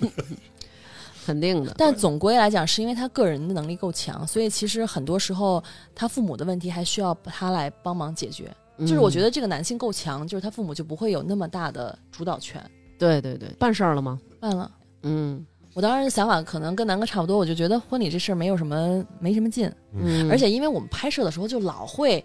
肯定的，
但总归来讲，是因为他个人的能力够强，所以其实很多时候他父母的问题还需要他来帮忙解决。就是我觉
得
得这个男性够强，就是他父母就不会有那么大的主导权。
对对对，办事儿了吗？
办了，
嗯
我当时想法可能跟南哥差不多，我就觉得婚礼这事儿没有什么没什么劲，
嗯，
而且因为我们拍摄的时候就老会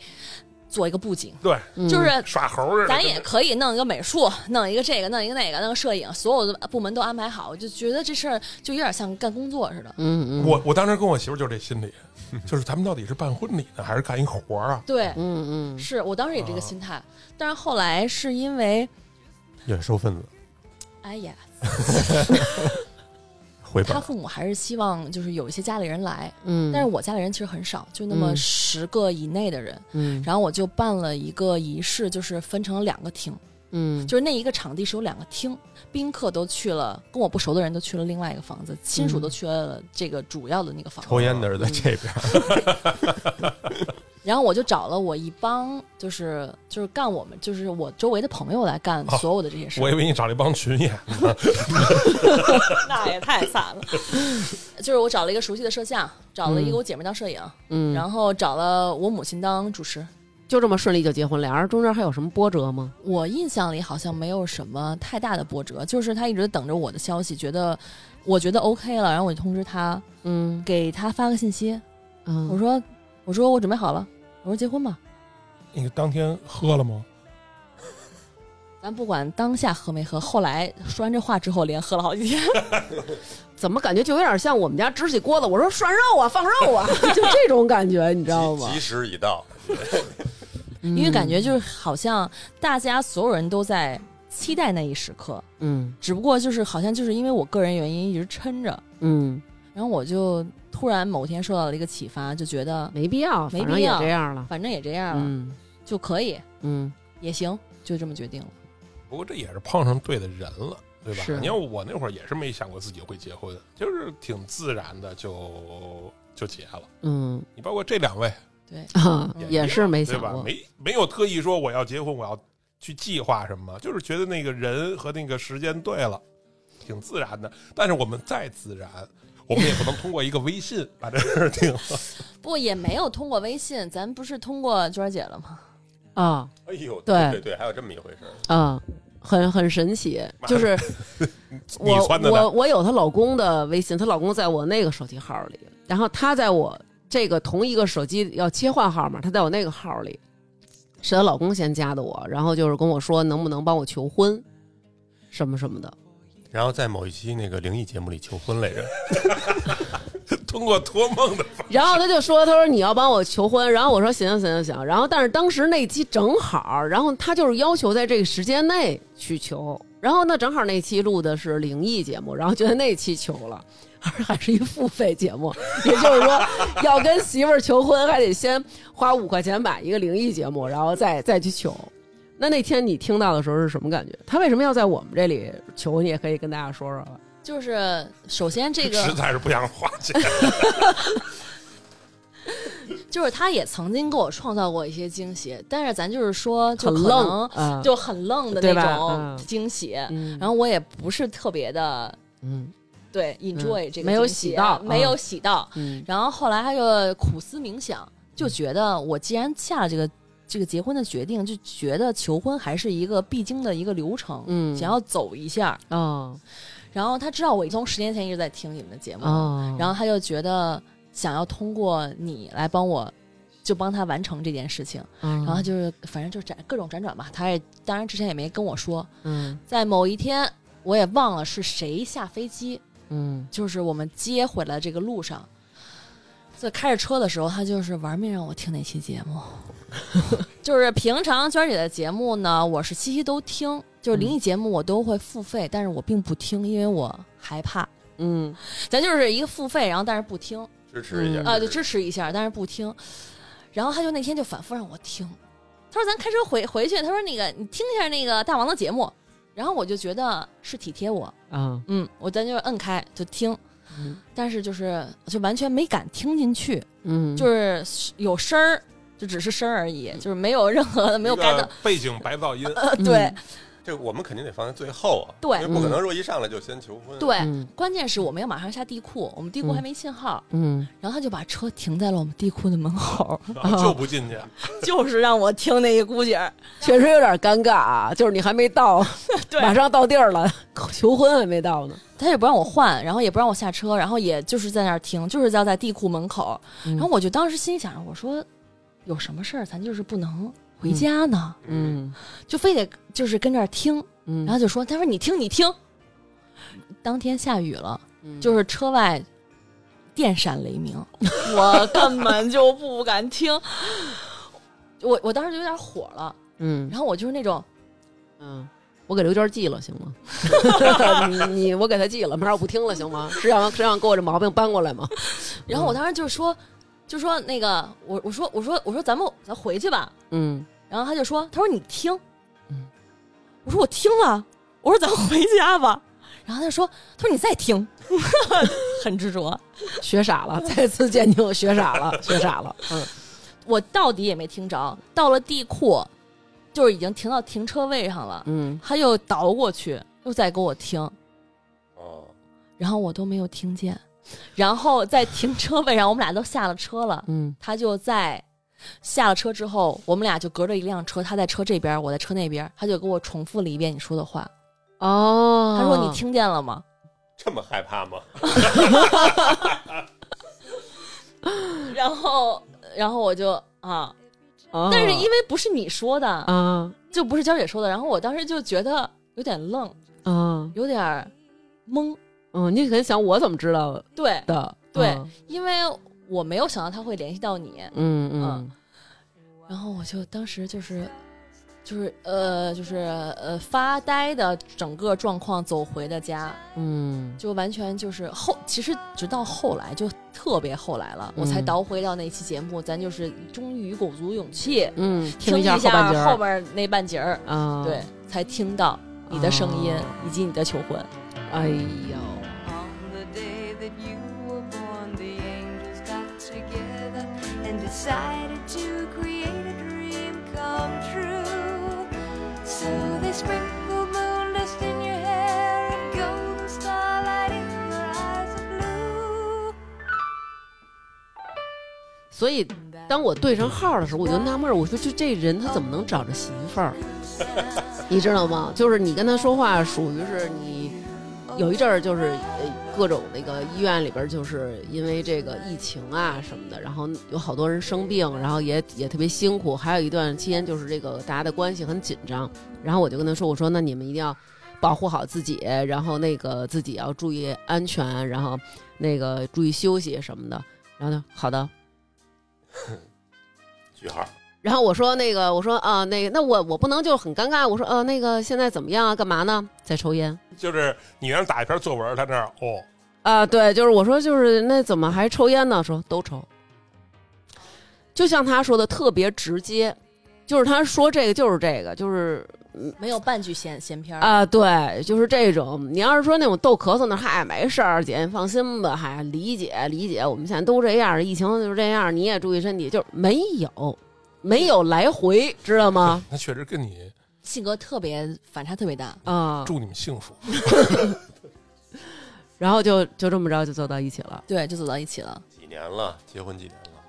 做一个布景，
对，
嗯
就是
耍猴似的。
咱也可以弄一个美术，弄一个这个，弄一个那个，弄个摄影，所有的部门都安排好，我就觉得这事儿就有点像干工作似的。
嗯嗯，
我我当时跟我媳妇就这心理，就是咱们到底是办婚礼呢，还是干一活儿啊？
对，
嗯嗯
是我当时也这个心态，但是后来是因为，
也是受分子
哎呀，
回本
他
儿，
父母还是希望就是有一些家里人来，
嗯，
但是我家里人其实很少，就那么
嗯
十个以内的人。
嗯
然后我就办了一个仪式，就是分成了两个厅，
嗯
就是那一个场地是有两个厅，宾客都去了，跟我不熟的人都去了另外一个房子，亲属
嗯
都去了这个主要的那个房子。
抽烟的是在这边。
然后我就找了我一帮，就是就是干我们，就是我周围的朋友来干
哦
所有的这些事。
我以为你找了一帮群演呢，
那也太惨了。就是我找了一个熟悉的摄像，找了一个我姐妹当摄影，
嗯，
然后找了我母亲当主持。
就这么顺利就结婚，俩人中间还有什么波折吗？
我印象里好像没有什么太大的波折，就是他一直等着我的消息，觉得我觉得 OK 了，然后我就通知他，
嗯
给他发个信息，
嗯，
我说我说我准备好了，我说结婚吧，
你当天喝了吗？
咱不管当下喝没喝，后来说完这话之后，连喝了好几天。
怎么感觉就有点像我们家支起锅子，我说涮肉啊，放肉 啊，就这种感觉，你知道吗？
时已到，
因嗯
因为感觉就是好像大家所有人都在期待那一时刻，
嗯
只不过就是好像就是因为我个人原因一直撑着，
嗯
然然后我就突然某天受到了一个启发，就觉得
没必要，
没
反正
必
也
要
这样了。
反正也这样了，
嗯
就可以
嗯，
也行，就这么决定了。
不过这也是碰上对的人了，对吧？
是
你要我那会儿也是没想过自己会结婚，就是挺自然的就就结了。
嗯
你包括这两位，
对，
啊，
嗯
也是没
对
想
吧？
过，
没没有特意说我要结婚，我要去计划什么，就是觉得那个人和那个时间对了，挺自然的。但是我们再自然，我们也不能通过一个微信把这事儿定了。
不过也没有通过微信，咱不是通过娟儿姐了吗？
啊
哎呦，
对
对对，还有这么一回事儿。
啊，很很神奇，
妈
就是
你
我
穿的呢
我？我有她老公的微信，她老公在我那个手机号里，然后她在我这个同一个手机要切换号码，她在我那个号里，是她老公先加的我，然后就是跟我说能不能帮我求婚，什么什么的，
然后在某一期那个灵异节目里求婚来着，
通过托梦的方
然后他就说：“他哎说你要帮我求婚。”然后我说：“行行行行行。”然后但是当时那期正好，然后他就是要求在这个时间内去求。然后那正好那期录的是灵异节目，然后觉得那期求了，而还是一付费节目，也就是说要跟媳妇儿求婚还得先花五块钱买一个灵异节目，然后再再去求。那那天你听到的时候是什么感觉？他为什么要在我们这里求？你也可以跟大家说说吧。
就是首先这
式，实
个，
在是不想花钱。
就是他也曾经给我创造过一些惊喜，但是咱就是说，就
很
可
愣
能
啊，
就很愣的
对吧
那种
嗯
惊喜，
嗯
然后我也不是特别的
嗯
对 enjoy 这个
没有
惊喜
喜到
没有喜到，
嗯
然后后来他就苦思冥想，就觉得我既然下了这个这个结婚的决定，就觉得求婚还是一个必经的一个流程，
嗯
想要走一下。
哦。
然后他知道我从十年前一直在听你们的节目，
哦，
然后他就觉得想要通过你来帮我。就帮他完成这件事情，
然
然后就是反正就是辗各种辗转吧。他也当然之前也没跟我说，
嗯
在某一天我也忘了是谁下飞机，
嗯
就是我们接回来这个路上，在开着车的时候，他就是玩命让我听那期节目。就是平常娟儿姐的节目呢，我是期期都听，就是灵异节目我都会付费，但是我并不听，因为我害怕。
嗯
咱就是一个付费，然后但是不听，
支持一下
嗯
啊，就支持一下，但是不听。然后他就那天就反复让我听，他说咱开车回回去，他说那个你听一下那个大王的节目，然后我就觉得是体贴我，
啊
嗯，我咱就摁开就听，
嗯
但是就是就完全没敢听进去，
嗯，
就是是有声儿，就只是声儿而已，就是没有任何的没有干
一
的
个，背景白嗯噪音，
呃，
嗯
对
这个我们肯定得放在最后啊，
对
因为不可能说一上来就先求婚。，
对，
嗯
关键是我们要马上下地库，我们地库
嗯
还没信号，
嗯
然后他就把车停在了我们地库的 门口，
然后啊就不进去。
就是让我听那一姑姐儿，
确实有点尴尬啊，就是你还没 到，马上到地儿了，求婚还没到呢，
他也不让我换，然后也不让我下车，然后也就是在那儿停，就是要在地库门口，
嗯
然后我就当时心里想，我说有什么事儿咱就是不能回家呢，
嗯
就非得就是跟这儿听。
嗯，
然后就说：“他说你听，你听。”当天下雨了，
嗯
就是车外电闪雷鸣， 我根本就不敢听。我我当时就有点火了，
嗯
然后我就是那种
嗯。我给刘娟记了，行 吗？你你我给她记了，明儿我不听了，行吗？是想是想给我这毛病搬过来吗？
然后我当时就说，就说那个我我说我说我说咱们咱回去吧。
嗯
然后他就说，他说你听
嗯，
我说我听了，我说咱回家吧。然后他就说，他说你再听， 很执着。
学傻了，再次鉴定学傻了，学傻了。嗯
我到底也没听着，到了地库，就是已经停到停车位上了，
嗯
他又倒过去，又再给我听，
哦，
然后我都没有听见，然后在停车位上，我们俩都下了车了，
嗯
他就在下了车之后，我们俩就隔着一辆车，他在车这边，我在车那边，他就给我重复了一遍你说的话，
哦，
他说你听见了吗？
这么害怕吗？
嗯
然后，然后我就啊，
哦，
但是因为不是你说的，
啊
就不是娇姐说的，然后我当时就觉得有点愣，
啊
有点儿懵，
嗯，你可能想我怎么知道
对。
的？
对
嗯
因为我没有想到他会联系到你，
嗯
然后我就当时就是就是呃，就是呃发呆的整个状况走回的家，
嗯，
就完全就是后，其实直到后来就特别后来了，我才
嗯
倒回到那期节目，咱就是终于鼓足勇气
嗯，
听
一下
后
半截儿
边那半截儿，
啊，
对，才听到你的声音
哦
以及你的求婚。
哎呦。
On the day that you were born, the angels got together and decided to create a dream come true. So they sprinkled moon dust in your hair and golden starlight in your eyes of blue.
所以，当我对上号的时候，我就纳闷儿，我说就这人他怎么能找着媳妇儿？啊你知道吗？就是你跟他说话，属于是你 有一阵儿就是呃各种那个医院里边，就是因为这个疫情啊什么的，然后有好多人生病，然后也也特别辛苦。还有一段期间就是这个大家的关系很紧张，然后我就跟他说，我说那你们一定要保护好自己，然后那个自己要注意安全，然后那个注意休息什么的。然后呢，好的，
句号。
然后我说那个，我说啊、那个，那我我不能就很尴尬。我说呃，那个现在怎么样啊？干嘛呢？在抽烟
就是你让他打一篇作文，他那儿哦，
啊、对，就是我说就是那怎么还抽烟呢？说都抽，就像他说的特别直接，就是他说这个就是这个，就是
没有半句闲闲篇儿，
啊、对，就是这种。你要是说那种逗咳嗽那，嗨，没事儿，姐你放心吧，嗨，理解理解，我们现在都这样，疫情就是这样，你也注意身体，就是没有没有来回，知道吗？
那确实跟你
性格特别反差特别大。
啊、
祝你们幸福。
然后就就这么着就走到一起了。
对，就走到一起了。
几年了？结婚几年了？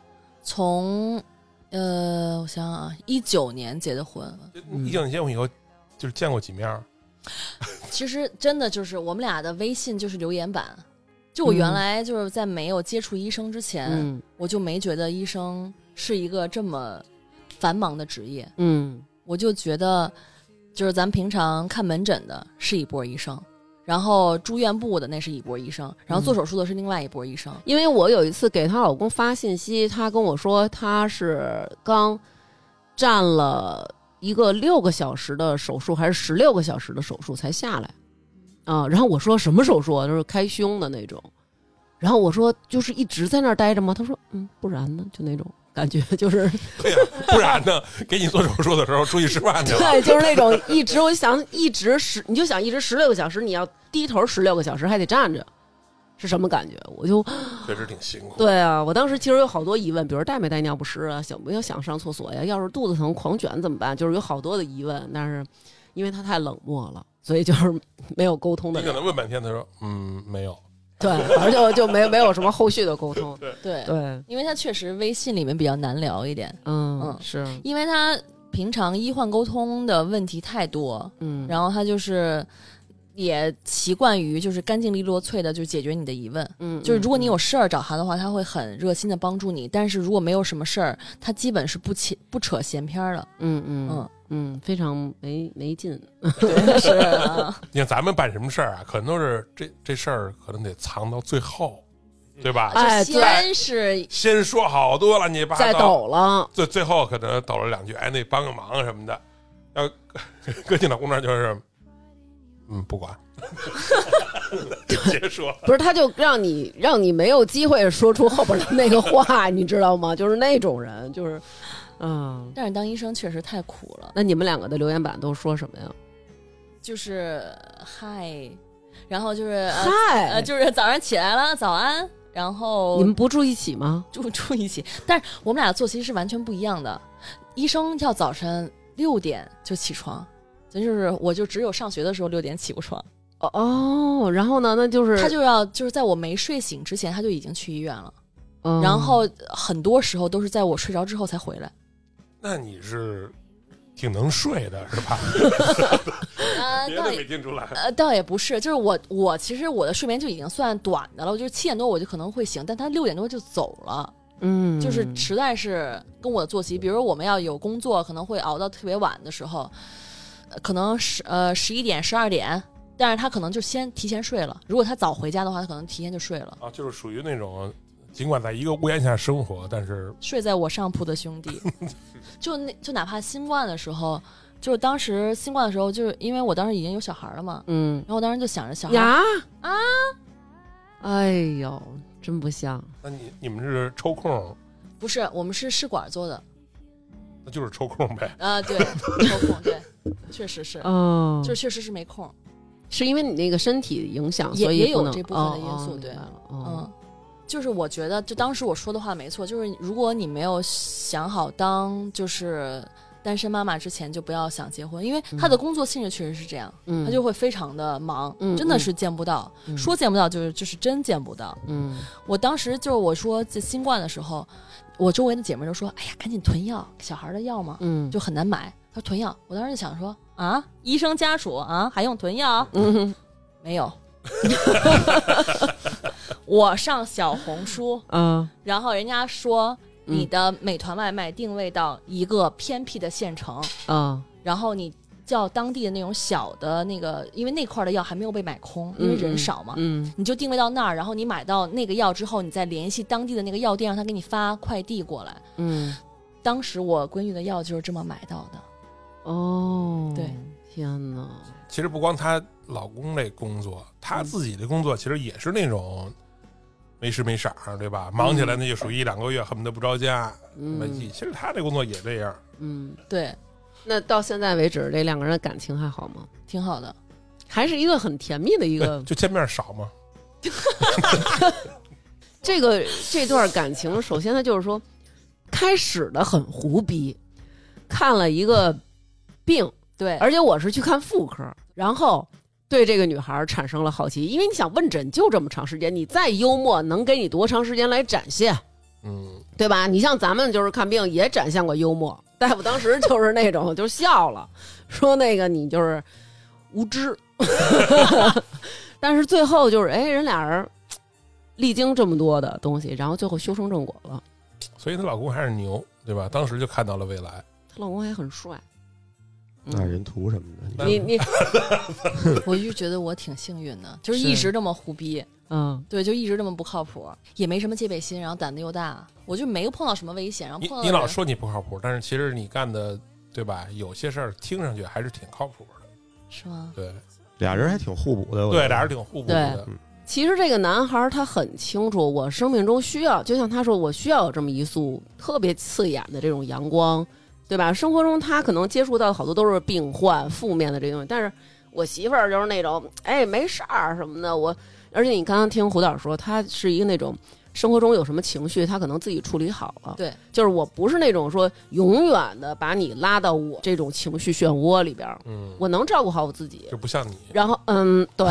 从呃，我想想啊，一九年结的婚，
嗯
一九年结婚以后，就是见过几面儿，
其实真的就是我们俩的微信就是留言板。就我原来就是在没有接触医生之前，
嗯
我就没觉得医生是一个这么繁忙的职业，
嗯
我就觉得就是咱平常看门诊的是一波医生，然后住院部的那是一波医生，然后做手术的是另外一波医生。
因为我有一次给她老公发信息，她跟我说她是刚站了一个六个小时的手术，还是十六个小时的手术才下来啊。然后我说什么手术啊？就是开胸的那种。然后我说就是一直在那儿待着吗？她说嗯，不然呢？就那种感觉，就是
对呀、不然呢？给你做手术的时候出去吃饭去了，
对，就是那种一直我想一直十，你就想一直十六个小时，你要低头十六个小时还得站着，是什么感觉？我就
确实挺辛苦。
对啊，我当时其实有好多疑问，比如带没带尿不湿啊，想不想上厕所呀？要是肚子疼狂卷怎么办？就是有好多的疑问，但是因为他太冷漠了，所以就是没有沟通的
你可
人，
能问半天，他说：“嗯，没有。
对，反正就就没没有什么后续的沟通。
对，
对，
因为他确实微信里面比较难聊一点，
嗯
嗯，
是，
因为他平常医患沟通的问题太多，
嗯，
然后他就是也习惯于就是干净利落脆的就解决你的疑问。
嗯，
就是如果你有
嗯
事儿找他的话，他会很热心的帮助你；但是如果没有什么事儿，他基本是不切不扯闲 篇儿的。
嗯嗯嗯
嗯，
嗯非常没没劲，
对，是 啊，”
你看咱们办什么事儿啊，可能都是这这事儿可能得藏到最后，对吧？
哎
就
对
先是
先说好多乱七八
再
糟，
抖了，
最最后可能抖了两句，哎，那帮个忙什么的。要跟 你老公那儿就是，嗯，不管， 别说。
不是，他就让你让你没有机会说出后边的那个话，你知道吗？就是那种人，就是，嗯。
但是当医生确实太苦了，
那你们两个的留言板都说什么呀？
就是嗨，然后就是呃
嗨、
呃，就是早上起来了，早安，然后
你们不住一起吗？
住住一起，但是我们俩作息是完全不一样的。医生要早晨六点就起床，真就是我就只有上学的时候六点起过床，
哦哦，然后呢？那就是
他就要就是在我没睡醒之前他就已经去医院了，
嗯
然后很多时候都是在我睡着之后才回来。
那你是挺能睡的，是吧？
啊
别
倒
的
也
没听出来。
呃，倒也不是，就是我我其实我的睡眠就已经算短的了，我就是七点多我就可能会醒，但他六点多就走了，
嗯，
就是实在是跟我的作息，比如我们要有工作，可能会熬到特别晚的时候，呃可能十呃十一点十二点，但是他可能就先提前睡了。如果他早回家的话，他可能提前就睡了，
啊，就是属于那种尽管在一个屋檐下生活，但是
睡在我上铺的兄弟，就那就哪怕新冠的时候。就是当时新冠的时候，就是因为我当时已经有小孩了嘛，
嗯
然后我当时就想着小孩
呀
啊，
哎呦，真不像。
那你你们是抽空，
不是，我们是试管做的
那就是抽空呗。
啊，对，抽空，对，确实是，
哦
就是确实是没空，
是因为你那个身体影响，
也
所以
也有
不能
这部分的因素
哦哦、
对
明白了
嗯
哦，
就是我觉得，就当时我说的话没错，就是如果你没有想好当就是单身妈妈之前，就不要想结婚，因为她的工作性质确实是这样，
嗯，
她就会非常的忙，
嗯
真的是见不到，
嗯
说见不到就是就是真见不到。
嗯
我当时就是我说这新冠的时候，我周围的姐妹都说：“哎呀，赶紧囤药，小孩的药嘛，
嗯，
就很难买。”她说囤药，我当时就想说啊，医生家属啊，还用囤药？
嗯
没有。 我上小红书，
啊
然后人家说
嗯
你的美团外卖定位到一个偏僻的县城，
啊
然后你叫当地的那种小的那个，因为那块儿的药还没有被买空，因为
嗯
人少嘛，
嗯
你就定位到那儿，然后你买到那个药之后，你再联系当地的那个药店，让他给你发快递过来。
嗯
当时我闺女的药就是这么买到的，
哦，
对，
天哪，
其实不光她老公这工作，
嗯
她自己的工作其实也是那种没时没色儿，对吧？忙
嗯
起来那就属于一两个月恨不得不着家。那也
嗯
其实她这工作也这样，
嗯，
对，
那到现在为止，这两个人的感情还好吗？
挺好的。
还是一个很甜蜜的一个
对，哎就见面少嘛。
这个这段感情，首先它就是说，开始的很胡逼，看了一个病，
对，
而且我是去看妇科，然后对这个女孩产生了好奇，因为你想问诊就这么长时间，你再幽默能给你多长时间来展现，
嗯，
对吧？你像咱们就是看病也展现过幽默，大夫当时就是那种就笑了，说那个你就是无知， 但是最后就是哎，人俩人嘖历经这么多的东西，然后最后修成正果了。
所以她老公还是牛，对吧？当时就看到了未来。
她老公还很帅，嗯
那啊人图什么的？
你你
我就觉得我挺幸运的，就是一
是
直这么胡逼。
嗯
对，就一直这么不靠谱，也没什么戒备心，然后胆子又大，我就没有碰到什么危险，然
哦
后
你
碰到
你老
人
说你不靠谱，但是其实你干的，对吧？有些事儿听上去还是挺靠谱的。
是吗？
对
俩人还挺互补的，我觉
对，
得
俩人挺互补的。
其实这个男孩儿他很清楚，我生命中需要，就像他说，我需要有这么一束特别刺眼的这种阳光，对吧？生活中他可能接触到好多都是病患、负面的这东西，但是我媳妇儿就是那种，哎，没事儿什么的。我，而且你刚刚听胡导说，他是一个那种生活中有什么情绪，他可能自己处理好了。
对，
就是我不是那种说永远的把你拉到我这种情绪漩涡里边儿，
嗯，
我能照顾好我自己。
就不像你，
然后，嗯， 对，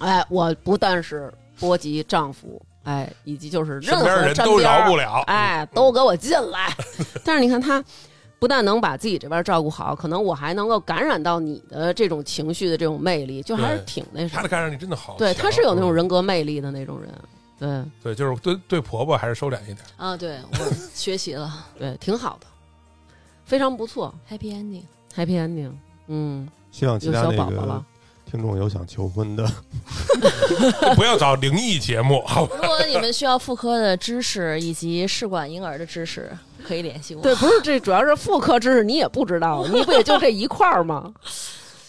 哎，我不但是波及丈夫，哎，以及就是任
身
何
边人
沾
都
边
饶
儿
不了。
哎，都给我进来。 但是你看他。不但能把自己这边照顾好，可能我还能够感染到你的这种情绪的这种魅力，就还是
对
挺那
她
啥
的。感染力真的好强。
对，他是有那种
嗯
人格魅力的那种人，对
对，就是对对婆婆还是收敛一点。
啊，对我学习了
对，挺好的，非常不错
，Happy Ending，
，Happy Ending。嗯，
希望其
有
他
小
那
宝宝了
个。听众有想求婚的，
不要找灵异节目，好吧？
如果你们需要妇科的知识以及试管婴儿的知识，可以联系我。
对，不是 这，主要是妇科知识你也不知道，你不也就这一块儿吗？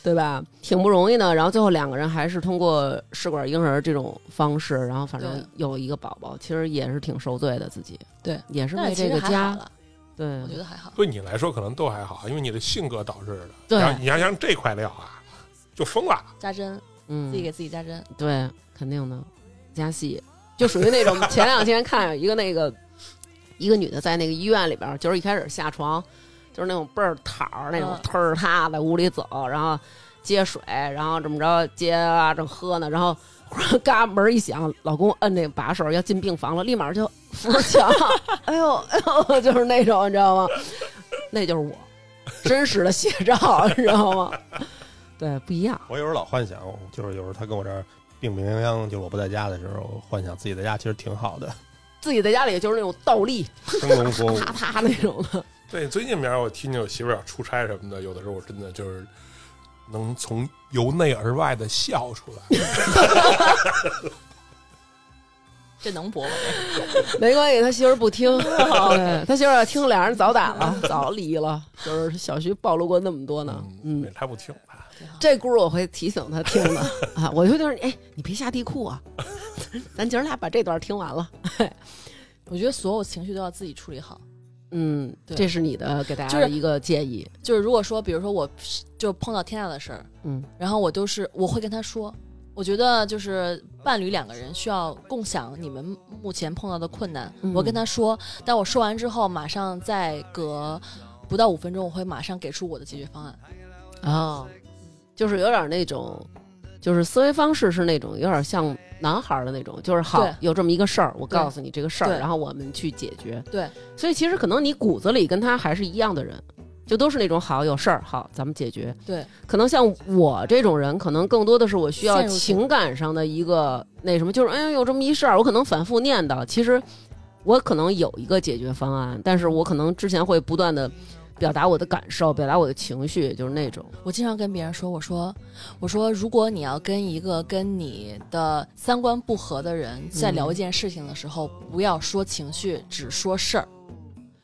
对吧？挺不容易的。然后最后两个人还是通过试管婴儿这种方式，然后反正
对
有一个宝宝，其实也是挺受罪的自己。
对，
也是
但
为
是其
这
实
个
还好
家。
了，
对
我，觉得还好。
对你来说可能都还好，因为你的性格导致的。
对
然后你要像这块料啊，就疯了。
扎针，
嗯
自己，给自己扎针，
对，肯定的，加戏就属于那种。前两天看有一个那个一个女的在那个医院里边儿，就是一开始下床就是那种倍儿躺儿那种
嗯，
忒儿她在屋里走，然后接水，然后怎么着接啊，正喝呢，然后。忽然，嘎门一响，老公摁那个把手要进病房了，立马就扶着墙，哎呦哎呦，就是那种，你知道吗？那就是我真实的写照，你知道吗？对，不一样，
我有时候老幻想，就是有时候他跟我这儿病病殃殃，就是我不在家的时候，我幻想自己在家其实挺好的，
自己在家里就是那种倒立，
生龙活
哦
啪啪那种的。
对，最近面我听见我媳妇儿要出差什么的，有的时候我真的就是能从由内而外的笑出来。
这能播吗？
没关系，他媳妇儿不听， 对他媳妇儿要听，俩人早打了，早离了。就是小徐暴露过那么多呢，嗯，
他不听吧？
这轱辘我会提醒他听的 啊，我就就是哎，你别下地库啊， 咱姐儿俩把这段听完了。
我觉得所有情绪都要自己处理好。
嗯，
对
这是你的给大家
就
的
是
一个建议。
就是如果说，比如说我就碰到天大的事儿，
嗯，
然后我都是我会跟他说，我觉得就是伴侣两个人需要共享你们目前碰到的困难。
嗯
我跟他说，但我说完之后，马上再隔不到五分钟，我会马上给出我的解决方案。
哦，就是有点那种，就是思维方式是那种有点像男孩儿的那种，就是好
对
有这么一个事儿，我
对
告诉你这个事儿，
对
然后我们去解决。
对，
所以其实可能你骨子里跟他还是一样的人，就都是那种好有事儿好咱们解决。
对，
可能像我这种人，可能更多的是我需要
陷入
情感上的一个那什么，就是哎呀有这么一事儿，我可能反复念叨，其实我可能有一个解决方案，但是我可能之前会不断的。表达我的感受，表达我的情绪，就是那种。
我经常跟别人说，我说，我说，如果你要跟一个跟你的三观不合的人在聊一件事情的时候，不要说情绪，只说事儿，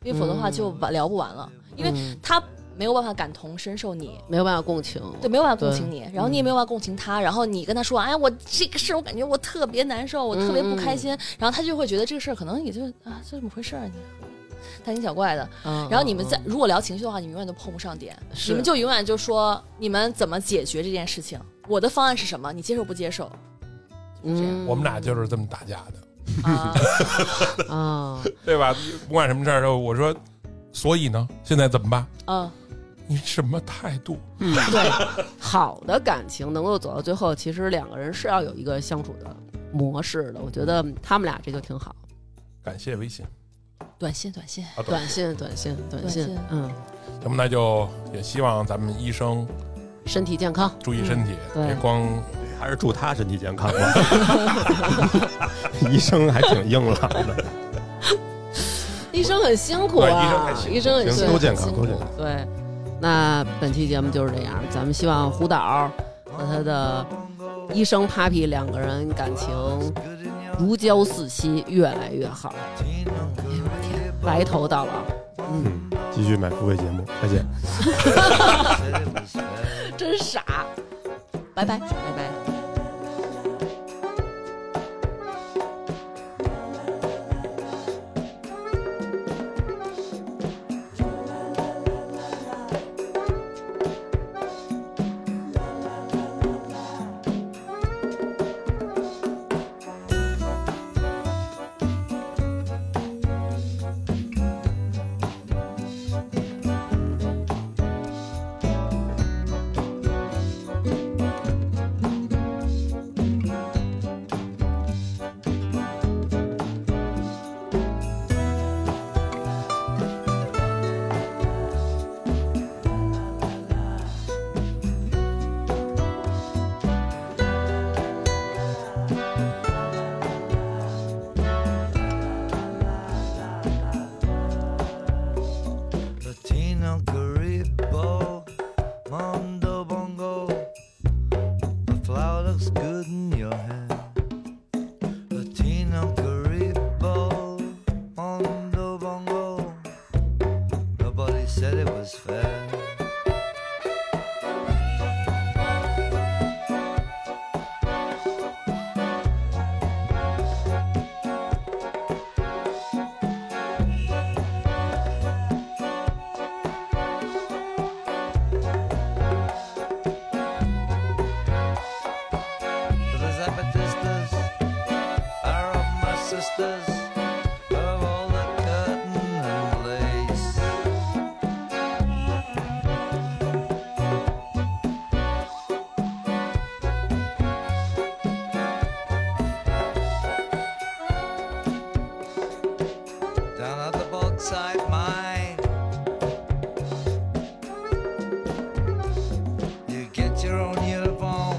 因为否则的话
嗯
就完聊不完了，因为
嗯
他没有办法感同身受你。
没有办法共情。
对，没有办法共情
对
你，然后你也
嗯
没有办法共情他，然后你跟他说，哎，我这个事儿我感觉我特别难受，我特别
嗯
不开心，然后他就会觉得这个事儿可能也就啊，这怎么回事儿，你大惊小怪的。
嗯，
然后你们在
嗯
如果聊情绪的话，你们永远都碰不上点，
是
你们就永远就说你们怎么解决这件事情，我的方案是什么，你接受不接受？就是这样
嗯
我们俩就是这么打架的，
啊，
啊，
嗯对吧？不管什么事儿，我说，所以呢，现在怎么办？
嗯，
你什么态度？
对，好的感情能够走到最后，其实两个人是要有一个相处的模式的。我觉得他们俩这就挺好。
感谢微信。
短信短信，
啊，对，
短信，短信，短信
短信，
嗯，
咱们那就也希望咱们医生
身体健康，
注意身体，
嗯对
别光
还是祝他身体健康吧。 医生还挺硬朗的，
医生很辛苦啊，
对
医
医
生
生
很辛
很辛
苦，
苦
都健康，都健康。
对，那本期节目就是这样，咱们希望胡导和他的医生 Papi 两个人感情如胶似漆，越来越好。哎白头到老，
嗯，继续买付费节目，再见。
真傻。
拜拜拜拜。
Latino, Caribbo, Mondo, Bongo. The flower looks good in your hand. Latino, Caribbo, Mondo, Bongo. Nobody said it was fair. The Zapatistas are of my sisters, of all the curtain and lace. Down at the boat side, my. You get your own uniform.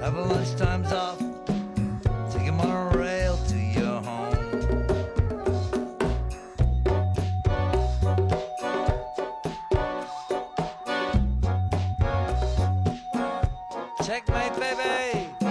Have a lunchtime's off. Take him on a rail to your home. Checkmate, baby.